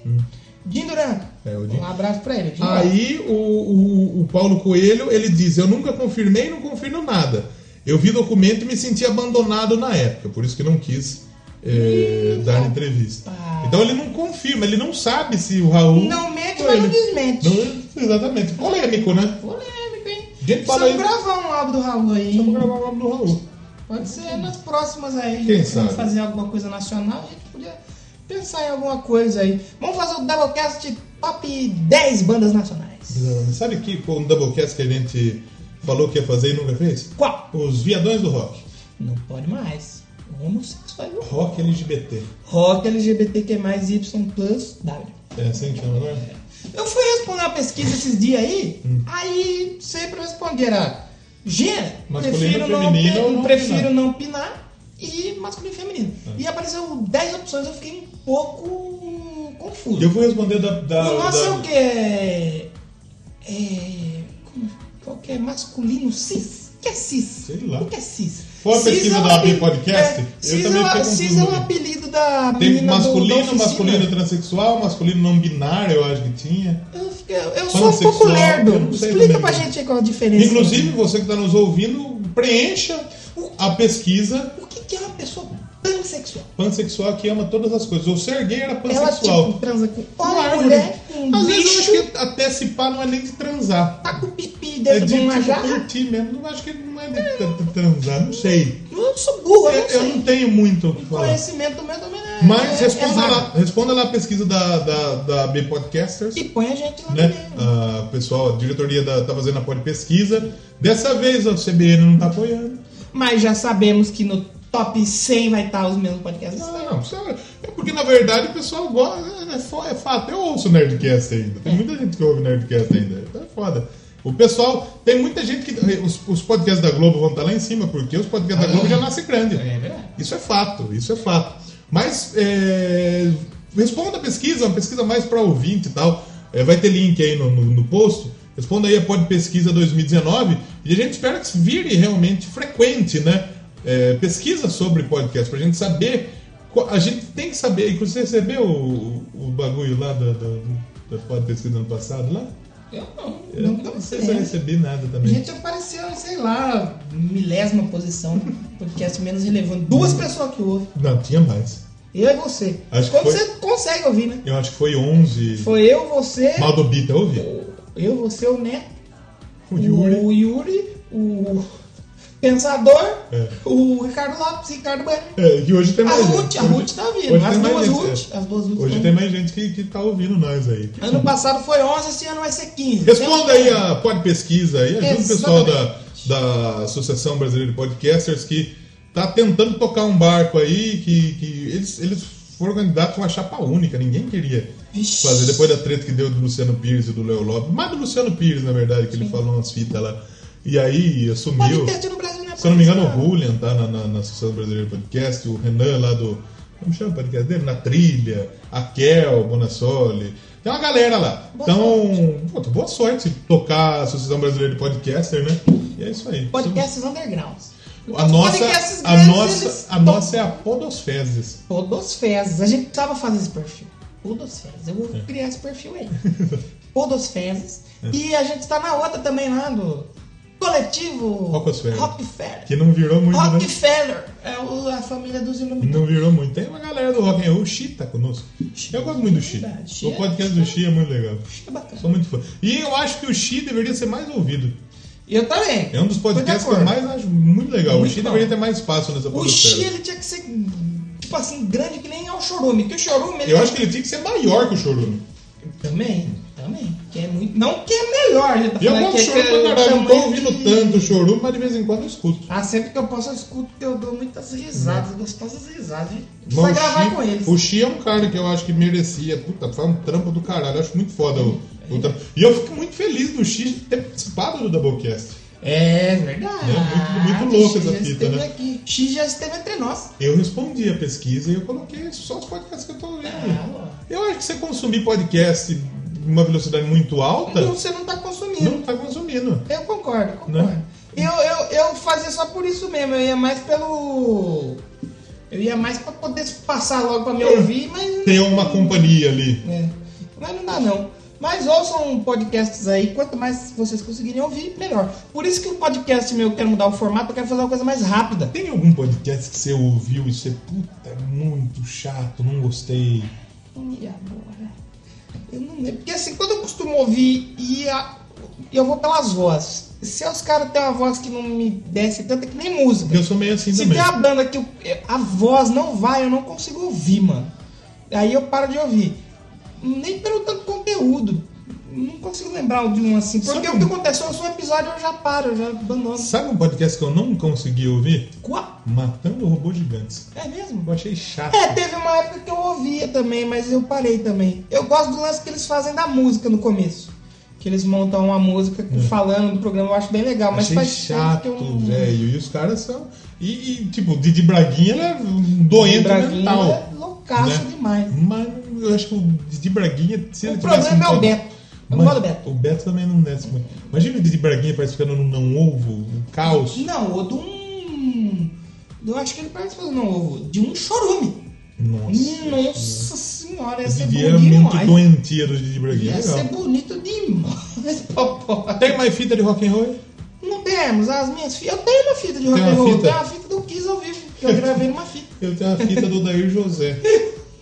Jim Duran.
É, o Jim.
Um abraço pra ele. Jim Duran.
Hum. Aí o, o- o Paulo Coelho ele diz: Eu nunca confirmei e não confirmo nada. Eu vi documento e me senti abandonado na época, por isso que não quis eh, dar entrevista. Então ele não confirma, ele não sabe se o Raul.
Não mente,
foi
mas não
ele.
desmente.
Não- exatamente. Polêmico, né?
Polêmico, hein?
Gente, fala
Precisamos
aí.
gravar um álbum do Raul aí.
Vamos gravar o álbum do Raul.
Pode ser nas próximas aí.
Quem
Vamos
sabe?
fazer alguma coisa nacional. A gente podia pensar em alguma coisa aí. Vamos fazer o Doublecast Top 10 bandas nacionais.
Eh, Sabe que com o Doublecast que a gente falou que ia fazer e nunca fez?
Qual?
Os Viadões do Rock.
Não pode mais. Homossexual.
Rock LGBT.
Rock LGBTQ+, Y+, W.
É assim que chama, não é?
Eu fui responder uma pesquisa esses dias aí,
Hum.
aí sempre eu respondi, era gênero,
Masculino,
prefiro, não,
feminino
pe-
ou não
prefiro
opinar? Ah.
não opinar, e masculino e feminino. E apareceu 10 opções, eu fiquei um pouco
Eu
confuso.
vou responder da. da
o nosso
da-
é o que? É, é, como- qual que é? Masculino cis? O que é cis?
Sei lá.
O que é cis?
Foi a
Cis
pesquisa
é um
da AB
apelido-
Podcast?
é,
Eu
cis,
também
é,
fiquei
uma-
confuso.
cis é um apelido da
Tem
menina do- da
masculino,
oficina.
masculino transexual, masculino não binário, eu acho que tinha.
Eu, fiquei- eu sou um
Homossexual,
pouco lerdo.
eu não sei
Explica
também,
pra
né?
gente aí qual a diferença.
tá Inclusive, você que está nos ouvindo, preencha a pesquisa.
o que, que é uma pessoa pansexual.
Pansexual que ama todas as coisas. Ou ser gay era
Ela,
pansexual.
tipo, transa com
Uma
uma
árvore.
mulher, com um
Às vezes eu
bicho,
acho que até se pá não é nem de transar.
tá com o pipi
É
dentro
de
de uma
tipo,
jarra.
curtir mesmo. Não acho que não é de tra- tra- transar, não sei.
Eu sou burro, eu
É, Eu,
não sei.
eu não tenho muito o que falar.
Conhecimento meu também não é...
Mas
é-
responda
é
lá,
vago.
responda lá a pesquisa da, da, da B Podcasters.
E põe a gente lá
né?
também.
Ah, pessoal, a diretoria da, tá fazendo a pod pesquisa. Dessa vez a CBN não tá apoiando.
Mas já sabemos que no top 100 vai estar os mesmos podcasts.
Ah, não, senhora, é porque na verdade o pessoal gosta, é, fo- é fato. Eu ouço Nerdcast ainda.
É.
Tem muita gente que ouve Nerdcast ainda. Então é foda. O pessoal, tem muita gente que. eh, Os, os podcasts da Globo vão estar lá em cima, porque os podcasts da Globo já nascem grandes.
Ah, É verdade.
Isso é fato, isso é fato. Mas é, responda a pesquisa, uma pesquisa mais para ouvinte e tal. É, vai ter link aí no, no, no post. Responda aí a Pod Pesquisa 2019 e a gente espera que vire realmente frequente, né? É, pesquisa sobre podcast, pra gente saber. qual- A gente tem que saber. E Você recebeu o, o bagulho lá da, da, da Pod Pesquisa ano passado lá?
Eu não,
Eu
não, tô
não sei se eu
certo.
recebi nada
A
também.
gente apareceu, sei lá, milésima posição, podcast menos relevante. Duas pessoas que ouvem,
Não, tinha mais.
eu e é você.
Acho que
Quando
foi-
você consegue ouvir, né?
Eu acho que foi 11.
Foi eu, você,
Mal do Bita, ouvi.
eu, você, o Neto,
O Yuri.
o, Yuri, o Pensador,
É.
o Ricardo Lopes, Ricardo Bueno.
É, que hoje tem
A
mais
Ruth,
gente.
a Ruth tá vindo.
hoje
As
tem mais
duas
gente,
Ruth,
é.
as duas Ruth.
Hoje
tão
tem
vindo.
mais gente que, que tá ouvindo nós aí.
Ano passado foi 11, esse ano vai ser 15.
Responda aí a Pod Pesquisa aí, ajuda o
Exatamente.
pessoal da, da Associação Brasileira de Podcasters que tá tentando tocar um barco aí, que, que eles, eles foram candidatos com uma chapa única, ninguém queria
Vixe.
fazer, depois da treta que deu do Luciano Pires e do Léo Lopes, mais do Luciano Pires, na verdade, que ele falou umas fitas lá, e aí assumiu...
Podcast no Brasil não é
Se eu não me engano,
podcast,
o Julian tá na, na, na Associação Brasileira de Podcast, o Renan lá do. Como chama o podcast dele? Na Trilha, a Kel, Bonassoli. Tem uma galera lá.
Boa
então, pô, boa sorte tocar a Associação Brasileira de Podcaster, né? E é isso aí.
Podcasts undergrounds.
A nossa,
podcasts
a,
grandes, eles
nossa, a
tão-
nossa é a Podosfezes.
Podosfezes. A gente precisava fazer esse perfil. Podosfezes. Eu vou
É.
criar esse perfil aí. Podosfezes. E a gente tá na outra também lá do coletivo
Rockosfera.
Rockefeller.
Que não virou muito, né?
Rockefeller. É o- a família dos iluminados.
Não virou muito. Tem uma galera do Rock and Roll, o Xi tá conosco. Eu gosto muito do Xi.
Verdade, Xi
O
é-
podcast do Xi é muito legal.
É bacana.
Sou muito fã. E eu acho que o Xi deveria ser mais ouvido.
Eu também.
É um dos podcasts que eu mais acho muito legal.
Muito
o Xi
bom.
deveria ter mais espaço nessa
Então. O Xi,
podosfera.
ele tinha que ser, tipo assim, grande que nem é o Chorume. Que o Chorume, ele
Eu acho que ele tinha que ser maior que o Chorume.
Também, também. Que é muito... Não que é melhor, já tá
E eu
falando
gosto
que
do
é que
Chorume
é
pra
o
caralho. Não tô
tamanho
ouvindo
de-
tanto o Chorume, mas de vez em quando eu escuto.
Ah, sempre que eu posso, eu escuto que eu dou muitas risadas, gostosas risadas. hein?
Mas
Precisa
o
gravar
Xi-
com eles.
O Xi é um cara que eu acho que merecia. Puta, faz um trampo do caralho. Eu acho muito foda o, o trampo. E eu fico muito feliz do Xi ter participado do Doublecast.
É verdade. Ah,
É muito- muito louco
Xi já
essa fita,
esteve
né?
Aqui. X já esteve entre nós.
Eu respondi a pesquisa e eu coloquei só os podcasts que eu tô ouvindo.
Ah,
Eu acho que você consumir podcast em uma velocidade muito alta,
Não, você não tá consumindo.
não tá consumindo.
Eu concordo, concordo.
Né?
Eu, eu, eu fazia só por isso mesmo, eu ia mais pelo. Eu ia mais pra poder passar logo
É.
pra me ouvir, mas.
Ter uma companhia ali.
É. Mas não dá não. Mas ouçam podcasts aí, quanto mais vocês conseguirem ouvir, melhor. Por isso que o podcast meu, eu quero mudar o formato, eu quero fazer uma coisa mais rápida.
Tem algum podcast que você ouviu e você, puta, é muito chato, não gostei.
E agora? Eu não lembro. Porque assim, quando eu costumo ouvir e a- eu vou pelas vozes. Se os caras têm uma voz que não me desce tanto, é que nem música.
Porque eu sou meio assim
Se
também.
tem uma banda que eu- a voz não vai, eu não consigo ouvir, mano. Aí eu paro de ouvir. Nem pelo tanto conteúdo. Não consigo lembrar de um assim. Porque
Sabe
o que
um-
acontece? Eu sou um episódio, eu já paro, eu já abandono.
Sabe um podcast que eu não consegui ouvir?
Qual?
Matando Robôs Gigantes.
É mesmo?
Eu achei chato.
É, teve uma época que eu ouvia também, mas eu parei também. Eu gosto do lance que eles fazem da música no começo. Que eles montam uma música falando do programa, eu acho bem legal, mas
Hum. achei
faz tempo
chato,
que eu não-
velho. E os caras são. E, e, tipo, Didi Braguinha ele é um doente
Braguinha
mental.
é loucaço demais.
Mas eu acho que o Didi Braguinha. né? Se
O
ele tivesse
problema é o
pod-
Beto. Eu
Mas
não gosto do Beto.
O Beto também não desce muito. Imagina o Didi Braguinha participando no Não Ovo, um caos.
Não, ou de um. Eu acho que ele participou, não, ou de um chorume.
Nossa.
Nossa senhora, ia
Esse
ser
dia é
bonito
muito
demais.
doentia do Didi
Ia
Braguinha. é Legal.
ser bonito demais, papai.
Tem mais fita de rock and roll?
Não temos as minhas fitas. Eu tenho uma fita de rock
Tem
and
uma
roll,
fita?
tenho uma fita do Kiss ao vivo, que eu gravei numa fita.
Eu tenho a fita do Dair José.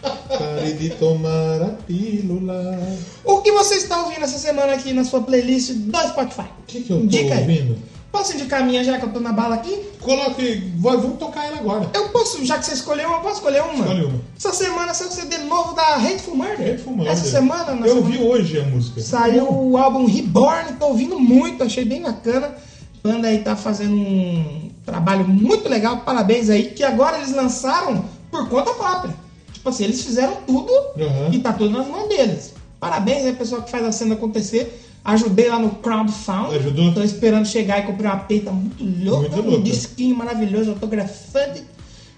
Pare de tomar a pílula.
O que você está ouvindo essa semana aqui na sua playlist do Spotify?
O que, que eu tô
Dica aí.
ouvindo?
Posso indicar a minha já que eu tô na bala aqui?
Coloque. Vai, vamos tocar ela agora.
Eu posso, já que você escolheu uma, eu posso escolher uma?
Escolhe uma.
Essa semana saiu o CD novo da Hateful Murder.
É fumando.
Essa semana, na
Eu
semana-
vi hoje a música.
Saiu o álbum Reborn, tô ouvindo muito, achei bem bacana. A banda aí tá fazendo um trabalho muito legal, parabéns aí, que agora eles lançaram por conta própria. Tipo assim, eles fizeram tudo
Uhum.
e tá tudo nas mãos deles. Parabéns aí, pessoal que faz a cena acontecer. Ajudei lá no crowdfunding.
Ajudou?
Tô esperando chegar e comprar uma peita muito louca,
Muito louca.
um disquinho maravilhoso, autografante.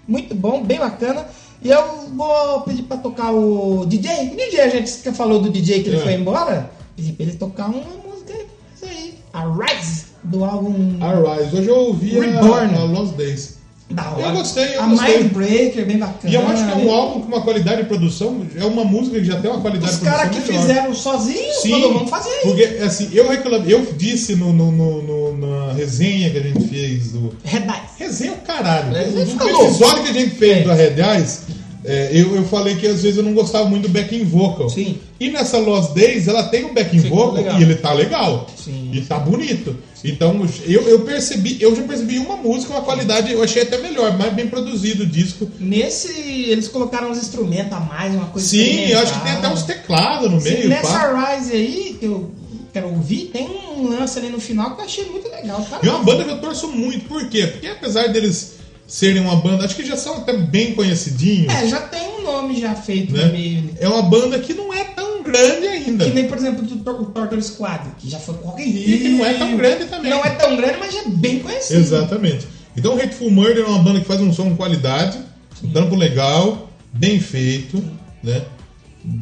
Muito bom, bem bacana. E eu vou pedir pra tocar o DJ. O DJ, a gente que falou do DJ que ele
É.
foi embora. Pedi pra ele tocar uma música isso aí. A Rise, do álbum
Arise. Hoje eu ouvi a,
Reborn.
a Lost Days.
da
Eu
hora.
gostei, eu
a
gostei.
Mindbreaker, bem bacana.
E eu acho que é um álbum né, com uma qualidade de produção. É uma música que já tem uma qualidade
Os
de produção.
caras que
melhor.
fizeram sozinhos, todo mundo fazia isso.
Porque assim, eu reclamei, eu disse no, no- no- no- na resenha que a gente fez do.
Red Eyes.
Resenha é o caralho.
É,
No
fica
episódio que a gente fez do Red Eyes, é, eu, eu falei que às vezes eu não gostava muito do backing vocal.
Sim.
E nessa Lost Days ela tem um backing
Ficou
vocal
legal.
e ele tá legal.
Sim.
E tá bonito. Então eu, eu percebi, eu já percebi uma música, uma qualidade, eu achei até melhor, mais bem produzido o disco.
Nesse, eles colocaram uns instrumentos a mais, uma coisa
Sim, eu acho que tem até
experimental.
uns teclados no
Sim,
meio. pá.
nessa Rise aí, que eu quero ouvir, tem um lance ali no final que eu achei muito legal. Cara.
E é uma banda que eu torço muito. Por quê? Porque apesar deles serem uma banda, acho que já são até bem conhecidinhos,
É, já tem um nome já feito no meio.
né?
ali.
É uma banda que não é tão grande ainda.
Que nem, por exemplo, do Tor- o Torture Squad, que já foi com Rock in
E que não é tão grande também.
Não é tão grande, mas já é bem conhecido.
Exatamente. Então, Hateful Murder é uma banda que faz um som com qualidade, um trampo legal, bem feito, né?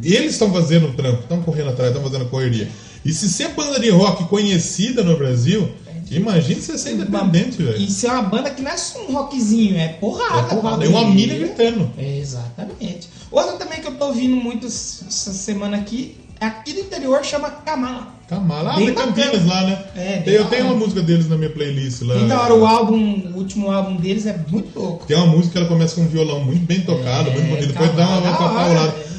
E Eles estão fazendo o trampo, estão correndo atrás, estão fazendo correria. E se ser banda de rock conhecida no Brasil, imagina você ser independente, velho.
Isso é uma banda que não é só um rockzinho, é porrada.
É porrada,
pau
é uma
duro.
mina gritando.
Exatamente. Outra também que eu tô ouvindo muito s- essa semana aqui, é aqui do interior, chama Kamala.
Kamala, ah,
Bem
de
bacana.
Campinas lá, né?
É,
Tem-
bem
eu
da
tenho
hora.
uma música deles na minha playlist lá.
Bem da hora, Então, o álbum, o último álbum deles é muito louco.
Tem uma música que ela começa com um violão muito bem tocado,
É,
muito bonito. Depois dá
Kamala,
uma, uma
da hora,
paulada.
velho.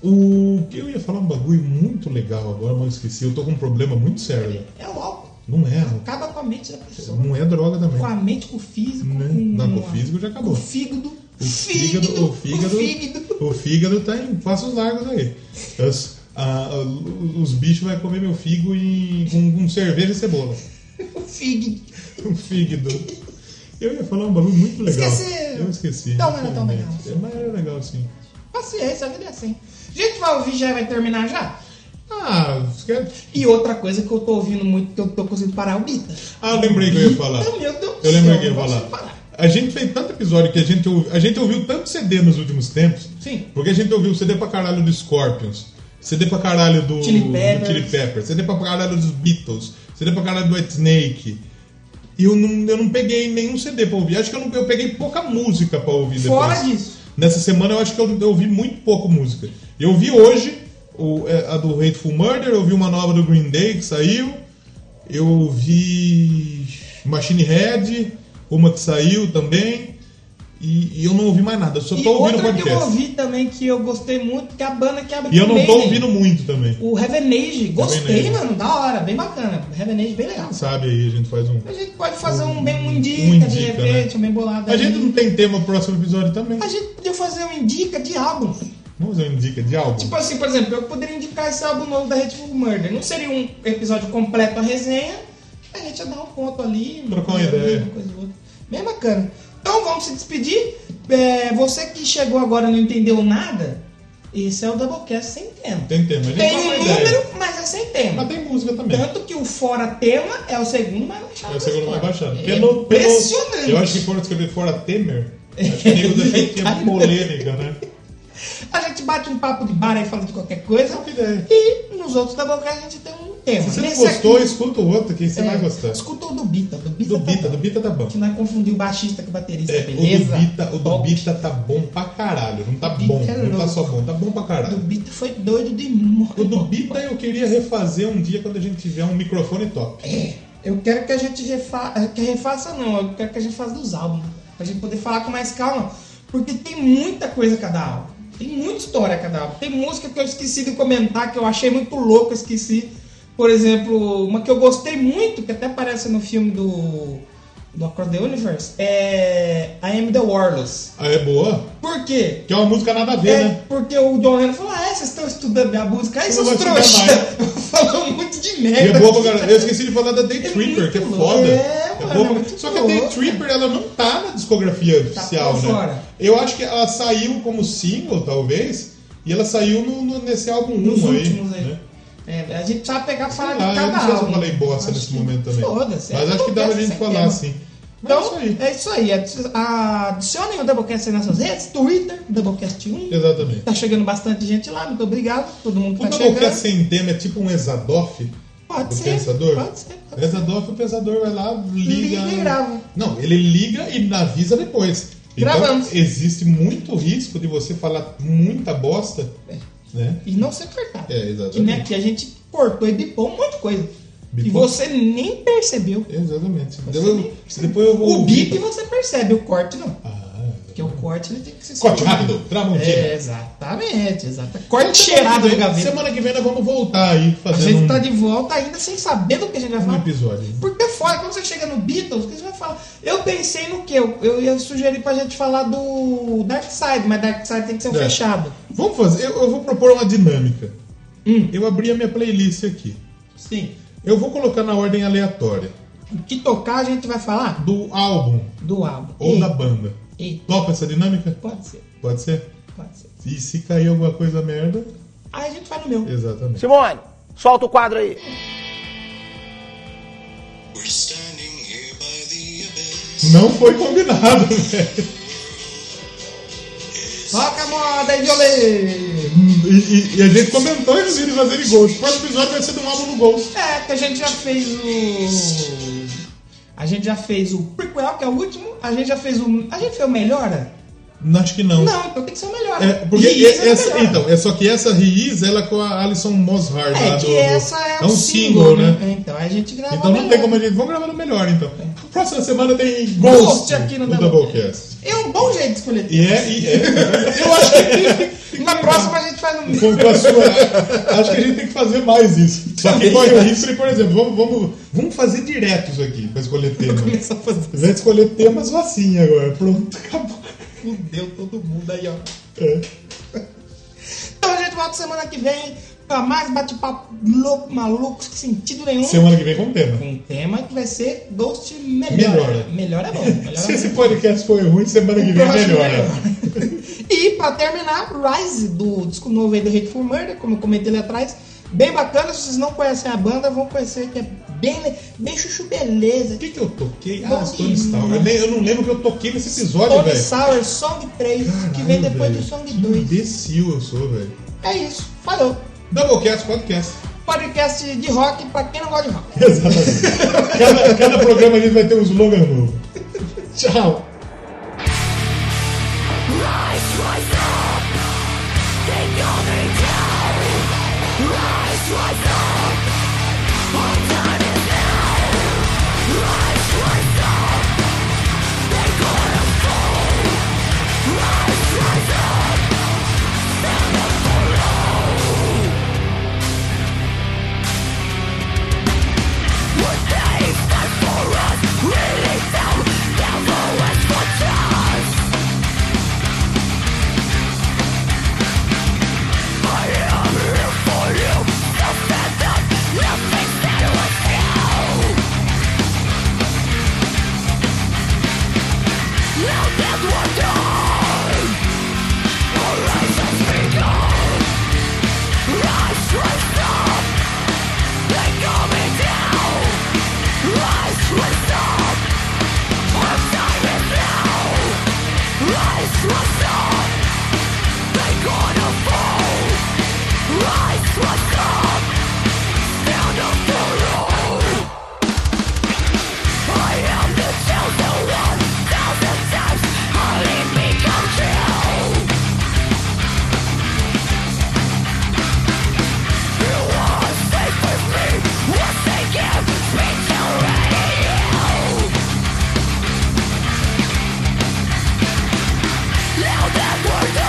O que eu ia falar um bagulho muito legal agora, mas eu esqueci. Eu tô com um problema muito sério.
É o álcool.
Não é, não-
Acaba com a mente da pessoa.
não é droga também.
Com a mente, com o físico.
Né?
Com...
Não, com o físico já acabou.
Com o fígado.
O fígado, o fígado,
O fígado.
o fígado tá em passos largos aí. As- a- a- os bichos vão comer meu figo em, com, com cerveja e cebola.
O fígado.
O fígado. Eu ia falar um bagulho muito legal.
Esqueci.
Eu esqueci.
Não, mas não é tão
infelizmente.
legal.
Mas era legal sim.
Paciência, a vida é assim. Gente, vai ouvir já vai terminar já?
Ah, esquece.
E outra coisa que eu tô ouvindo muito, que eu tô conseguindo parar, é o Bita.
Ah, eu lembrei que eu ia falar.
Então, meu Deus do
Eu lembrei
céu,
que eu
não
ia falar.
consigo parar.
A gente fez tanto episódio que a gente, ouvi- a gente ouviu tanto CD nos últimos tempos.
Sim.
Porque a gente ouviu CD pra caralho do Scorpions, CD pra caralho do
Chili
do
Peppers.
Chili Peppers, CD pra caralho dos Beatles, CD pra caralho do White Snake. E eu não, eu não peguei nenhum CD pra ouvir. Acho que eu, não, eu peguei pouca música pra ouvir depois.
Fora disso.
Nessa semana eu acho que eu, eu ouvi muito pouco música. Eu ouvi hoje o- é, a do Hateful Murder, eu ouvi uma nova do Green Day que saiu. Eu ouvi Machine Head, uma que saiu também. E, e eu não ouvi mais nada, eu só
E
tô ouvindo
outra que eu
podcast.
ouvi também, que eu gostei muito, que é a banda que abre
e eu não tô
Maiden.
ouvindo muito também.
O Revenage. Gostei,
Heaven Age.
mano. Da hora. Bem bacana. Revenage, bem legal.
Sabe aí, a gente faz um.
A gente pode fazer um bem um indica,
Um
de
indica,
repente,
né?
um bem bolado.
A
ali.
gente não tem tema pro próximo episódio também.
A gente podia fazer um indica de álbum.
Vamos fazer uma dica de álbum.
Tipo assim, por exemplo, eu poderia indicar esse álbum novo da Red Bull Murder. Não seria um episódio completo a resenha, a gente ia dar um ponto ali.
Trocar uma ideia.
Uma coisa ou outra. Bem bacana. Então vamos se despedir. É, você que chegou agora e não entendeu nada, esse é o Doublecast sem tema.
Tem tema, a gente
Tem
dá uma
um
ideia.
número, mas é sem tema.
Mas tem música também.
Tanto que o fora tema é o segundo mais baixado.
É
da
o segundo mais
história.
baixado.
É
Pelo- pelo-
impressionante.
eu acho que foram escrever fora Temer. Acho que nego daqui tinha polêmica, né?
A gente bate um papo de bar aí falando de qualquer coisa.
Qualquer ideia.
E nos outros da boca a gente tem um tema.
Se você não
Nesse
gostou,
aqui,
escuta o outro, que você
é,
vai gostar.
Escuta o do Bita. Do Bita,
Do
tá
Bita,
bom.
do Bita tá bom.
Que não é confundir o baixista com o baterista,
É, o do
beleza?
Bita, o do
Bom,
Bita tá bom pra caralho. Não tá
Bita
bom,
é
não tá
louco.
só bom, tá bom pra
o do
caralho.
Bita é foi doido demais.
O do Bita eu queria refazer um dia quando a gente tiver um microfone top.
Eu quero eh, que a gente refa... que refaça, não. Eu quero que a gente faça dos álbuns. Pra gente poder falar com mais calma. Porque tem muita coisa cada álbum. Tem muita história cada álbum. Tem música que eu esqueci de comentar, que eu achei muito louco, eu esqueci. Por exemplo, uma que eu gostei muito, que até aparece no filme do, do Across the Universe, é I Am The Warless.
Ah, é boa?
Por quê?
Que é uma música nada a ver,
É
né?
porque o John Lennon falou, ah, é, vocês estão estudando minha música, aí
Eu
seus
vou estudar
trouxas.
mais.
Falou muito de
E é
merda.
boa pra caralho. Eu esqueci de falar da Day
É
Tripper,
muito
que é
louco.
foda.
É, mano, é
boa pra-
muito
Só que a Day
louco,
Tripper, ela não tá na discografia oficial,
pra
né?
fora.
Eu acho que ela saiu como single, talvez, e ela saiu no, no- nesse álbum 1
Nos
aí.
últimos aí.
Né?
É, a gente sabe pegar e falar
Ah,
de
eu
cada
não sei se eu
álbum.
falei bosta
Acho
nesse
que
momento também.
Foda-se.
Mas acho que dá pra
acontece
gente
sem
falar,
tema.
sim. Mas
Então,
é isso aí.
é isso aí. Adi- Adicionem o Doublecast aí nas suas redes, Twitter, Doublecast 1.
Exatamente.
Tá chegando bastante gente lá, muito obrigado. Todo mundo que
O
tá
Double
chegando.
Cast sem tema é tipo um Exadoff
Pode
do
ser,
pensador?
pode ser, pode ser.
Exadoff, o pensador vai lá, liga.
Liga e grava.
Não, ele liga e avisa depois.
Gravamos.
Então, existe muito risco de você falar muita bosta,
É.
né?
E não ser cortado.
É, exatamente.
Que, né, que a gente cortou e bipou um monte de coisa. E
Bipou?
você nem percebeu.
Exatamente. Depois, depois eu vou.
O
ouvir.
bip você percebe, o corte não.
Ah,
Porque o corte ele tem que ser
Corte
seguro.
rápido, né? Tramontina.
É, exatamente, exato.
tá
Corte cheirado do
semana que vem-
gaveta.
Semana que vem nós vamos voltar aí
A
fazendo
gente
um,
tá de volta ainda sem saber do que a gente vai
um
falar.
episódio.
Porque é foda, quando você chega no Beatles, o que você vai falar? Eu pensei no que? Eu, eu ia sugerir pra gente falar do Dark Side, mas Dark Side tem que ser um
É.
fechado.
Vamos fazer. Eu, eu vou propor uma dinâmica.
Hum.
Eu abri a minha playlist aqui.
Sim.
Eu vou colocar na ordem aleatória
O que tocar a gente vai falar
do álbum
do álbum.
ou
Ei,
da banda.
ei,
Topa essa dinâmica?
pode ser,
Pode ser?
pode ser.
E se cair alguma coisa merda?
Aí a gente vai no meu.
Exatamente.
Simone, solta o quadro aí.
We're standing here by the abyss.
Não foi combinado, velho.
Toca a moda e violê!
E, e- e a gente comentou inclusive fazendo gols. O próximo episódio vai ser de um álbum no gols.
É, que a gente já fez o. A gente já fez o prequel, que é o último. A gente já fez o. A gente fez o melhora?
Não, acho que não.
Não, então tem que ser o melhor.
É, porque
E isso
é- essa-
melhor.
então, é só que essa Riz, ela é com a Alison Mosshard. lá
É que
do- do-
essa é,
é um single, né?
É, Então, a gente gravou.
Então não tem
melhor. É.
como a gente. Vamos gravar no melhor, então. Próxima semana tem Ghost,
Ghost aqui no
do
Doublecast.
Doublecast.
É um bom jeito de escolher.
E é, e é. Eu acho que.
Na próxima a gente faz um no
Com, com a sua. É. Acho que a gente tem que fazer mais isso. Só que com a History, por exemplo, vamos, vamos, vamos fazer direto isso aqui, pra escolher tema.
Começar a fazer.
Vai escolher temas assim agora. Pronto, acabou.
Fudeu todo mundo aí, ó.
É.
Então a gente volta semana que vem pra mais bate-papo louco, maluco, sem sentido nenhum.
Semana que vem com tema.
Um tema que vai ser Ghost Melhor.
Melhora.
Melhor é bom. Melhor
Se
é bom.
esse podcast foi ruim, semana que vem melhora.
E pra terminar, Rise, do disco novo aí do Hateful Murder, como eu comentei ali atrás. Bem bacana, se vocês não conhecem a banda, vão conhecer que é bem, le- bem chuchu beleza.
O que, que eu toquei?
Bom
Ah, Stone
demais.
Sour. Eu, nem- eu não lembro que eu toquei nesse episódio,
Tony
velho.
Sour Song 3, que vem depois do Song 2.
Imbecil eu sou, velho.
É isso, falou.
Doublecast, podcast.
Podcast de rock pra quem não gosta de rock.
Exatamente. cada, cada programa a gente vai ter um slogan novo. Tchau.
You're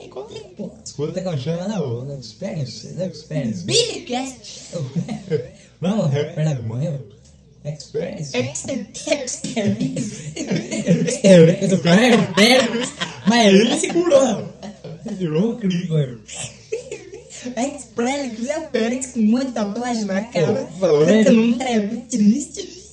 Enquanto tem ponto.
Quando achar,
né,
não.
Experience, the experience.
Billy Cast.
Vamos, Paraguai. Experience. Experience. Mas ele segurou. Segurou, cara.
Alex Prelix é o Félix que manda a voz na cara. Você não treme triste.